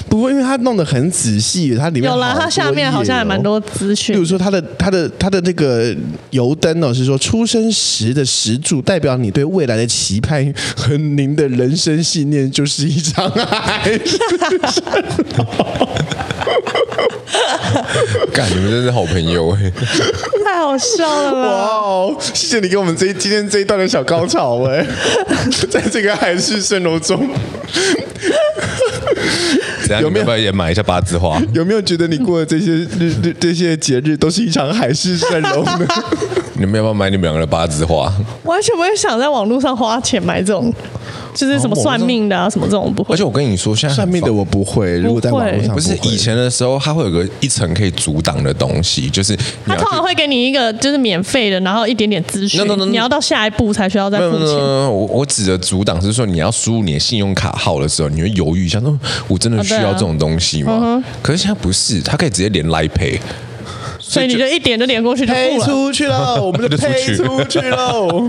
[SPEAKER 3] 不过因为它弄得很仔细，它里面
[SPEAKER 2] 有啦，
[SPEAKER 3] 好多
[SPEAKER 2] 它下面好像还蛮
[SPEAKER 3] 页哦
[SPEAKER 2] 多资
[SPEAKER 3] 比如
[SPEAKER 2] 讯。
[SPEAKER 3] 说它的它的它的那个油灯哦，是说出生时的石柱代表你对未来的期盼和您的人生信念就是一张爱。
[SPEAKER 1] 干你们真是好朋友哎、
[SPEAKER 2] 太好笑了
[SPEAKER 3] 哇
[SPEAKER 2] 啦！
[SPEAKER 3] 哦！谢谢你给我们这一今天这一段的小高潮哎，在这个海市蜃楼中，
[SPEAKER 1] 怎样
[SPEAKER 3] 有
[SPEAKER 1] 你们
[SPEAKER 3] 没有
[SPEAKER 1] 要不要也买一下八字花？
[SPEAKER 3] 有没有觉得你过的这些日日这些节日都是一场海市蜃楼呢？
[SPEAKER 1] 你们要不要买你们两个的八字花？
[SPEAKER 2] 完全不会想在网络上花钱买这种，就是什么算命的啊，什么这种不会
[SPEAKER 1] 而且。 我跟你说，现在很
[SPEAKER 3] 算命的
[SPEAKER 1] 方
[SPEAKER 3] 我不会，如果在网络上
[SPEAKER 1] 不是
[SPEAKER 3] 会
[SPEAKER 1] 以前的时候，它会有个一层可以阻挡的东西，就是你
[SPEAKER 2] 他
[SPEAKER 1] 要
[SPEAKER 2] 通
[SPEAKER 1] 去
[SPEAKER 2] 常会给你一个就是免费的，然后一点点资讯
[SPEAKER 1] No, no, no, no.
[SPEAKER 2] 你要到下一步才需要再
[SPEAKER 1] 没有
[SPEAKER 2] 付
[SPEAKER 1] 没有没有没
[SPEAKER 2] 钱。
[SPEAKER 1] 有，我我指的阻挡是说，你要输入你的信用卡号的时候，你会犹豫一下，说我真的需
[SPEAKER 2] 啊对
[SPEAKER 1] 要
[SPEAKER 2] 啊
[SPEAKER 1] 这种东西吗？可是现在不是，它可以直接连 Line Pay，
[SPEAKER 2] 所以你就一点就点过去就
[SPEAKER 3] 呸
[SPEAKER 2] 付了。
[SPEAKER 3] 出去喽，我们就
[SPEAKER 1] 就出
[SPEAKER 3] 呸
[SPEAKER 1] 去
[SPEAKER 3] 出去喽。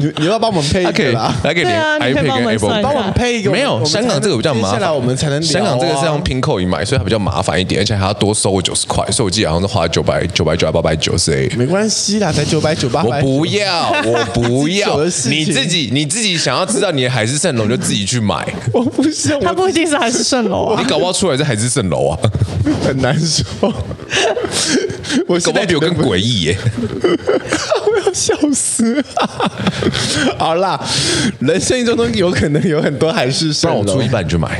[SPEAKER 3] 你你要帮我们配一
[SPEAKER 1] 它可
[SPEAKER 3] 个
[SPEAKER 1] 以
[SPEAKER 3] 啦，
[SPEAKER 1] 它可以
[SPEAKER 2] 对
[SPEAKER 1] 连
[SPEAKER 2] 啊你
[SPEAKER 1] Line
[SPEAKER 2] 可
[SPEAKER 1] Pay
[SPEAKER 2] 以帮
[SPEAKER 1] 跟
[SPEAKER 2] 我们
[SPEAKER 1] Apple，Pay
[SPEAKER 2] 算一下
[SPEAKER 3] 帮我们配一个。
[SPEAKER 1] 没
[SPEAKER 3] 我
[SPEAKER 1] 有
[SPEAKER 3] 们
[SPEAKER 1] 香港这个比较麻
[SPEAKER 3] 接
[SPEAKER 1] 烦，
[SPEAKER 3] 下来我们才能聊啊
[SPEAKER 1] 香港这个是用拼扣一买，所以它比较麻烦一点，而且还要多收我九十块，所以我记得好像是花九百九百九八百九十 A。
[SPEAKER 3] 没关系啦，才九百九八，
[SPEAKER 1] 我不要，我不
[SPEAKER 3] 自己
[SPEAKER 1] 要
[SPEAKER 3] 有的事，情
[SPEAKER 1] 你自己你自己想要知道你的海市蜃楼，你就自己去买。
[SPEAKER 3] 我不想，
[SPEAKER 2] 他
[SPEAKER 3] 我
[SPEAKER 2] 不一定是海市蜃楼啊
[SPEAKER 1] 你，搞不好出来是海市蜃楼啊，
[SPEAKER 3] 很难受。我
[SPEAKER 1] 搞不
[SPEAKER 3] 现在
[SPEAKER 1] 好比我更诡异耶。
[SPEAKER 3] 我要笑死。好啦，人生一中都有可能有很多海市蜃
[SPEAKER 1] 不然
[SPEAKER 3] 楼。
[SPEAKER 1] 我出一半你就买，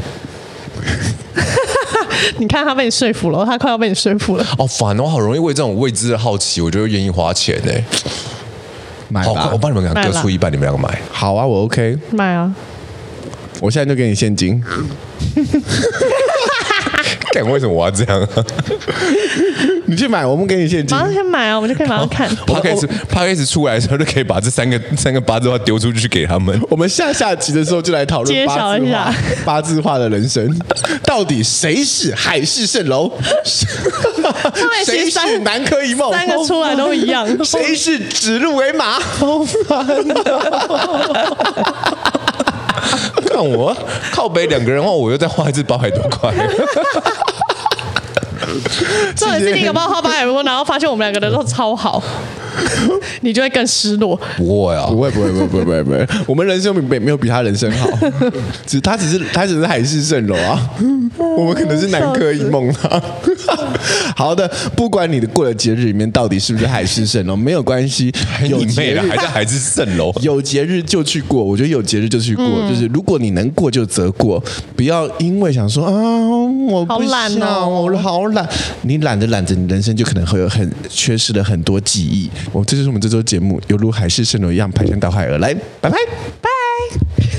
[SPEAKER 2] 你看他被你说服了，他快要被你说 服了。
[SPEAKER 1] 好烦哦！我好容易为这种未知的好奇，我就愿意花钱呢。
[SPEAKER 3] 买
[SPEAKER 1] 好，
[SPEAKER 3] 吧
[SPEAKER 1] 我帮你们两个各出一半，你们两个买。
[SPEAKER 3] 好啊，我 OK，
[SPEAKER 2] 买啊！
[SPEAKER 3] 我现在就给你现金。
[SPEAKER 1] 干，为什么我要这 样？
[SPEAKER 3] 你去买，我们给你现金
[SPEAKER 2] 马。上先买啊，我们就可以马上看。
[SPEAKER 1] p 开始 p 开始出来的时候，就可以把这三个 三个八字花丢出去给他 们。
[SPEAKER 3] 我们下下集的时候就来讨论
[SPEAKER 2] 揭
[SPEAKER 3] 八
[SPEAKER 2] 晓
[SPEAKER 3] 字
[SPEAKER 2] 一
[SPEAKER 3] 化
[SPEAKER 2] 下，
[SPEAKER 3] 八字化的人生，到底谁是海市蜃楼，
[SPEAKER 2] 也
[SPEAKER 3] 谁
[SPEAKER 2] 写三
[SPEAKER 3] 是南柯一梦，
[SPEAKER 2] 三个出来都一样，
[SPEAKER 3] 谁是指鹿为马？
[SPEAKER 1] 看我靠北两个人的话，我又再花一次八百多块。
[SPEAKER 2] 重点是你有没有花八百多，然后发现我们两个人都超好，你就会更失落。
[SPEAKER 1] 不会啊，
[SPEAKER 3] 不会不会不会不会不会，我们人生比没有比他人生好，只他只是他只是海市蜃楼啊，我们可能是南柯一梦啊。好的，不管你的过了节日里面到底是不是海市蜃楼，没有关系，有
[SPEAKER 1] 你妹
[SPEAKER 3] 节日
[SPEAKER 1] 了，还在海市蜃楼。
[SPEAKER 3] 有节日就去过，我觉得有节日就去过，
[SPEAKER 2] 嗯
[SPEAKER 3] 就是如果你能过就则过，不要因为想说啊，我不
[SPEAKER 2] 好懒哦
[SPEAKER 3] 想我好懒，你懒着懒着，你人生就可能会有很缺失了很多记忆。我这就是我们这周节目，犹如海市蜃楼一样排山倒海而来，拜拜。
[SPEAKER 2] 拜。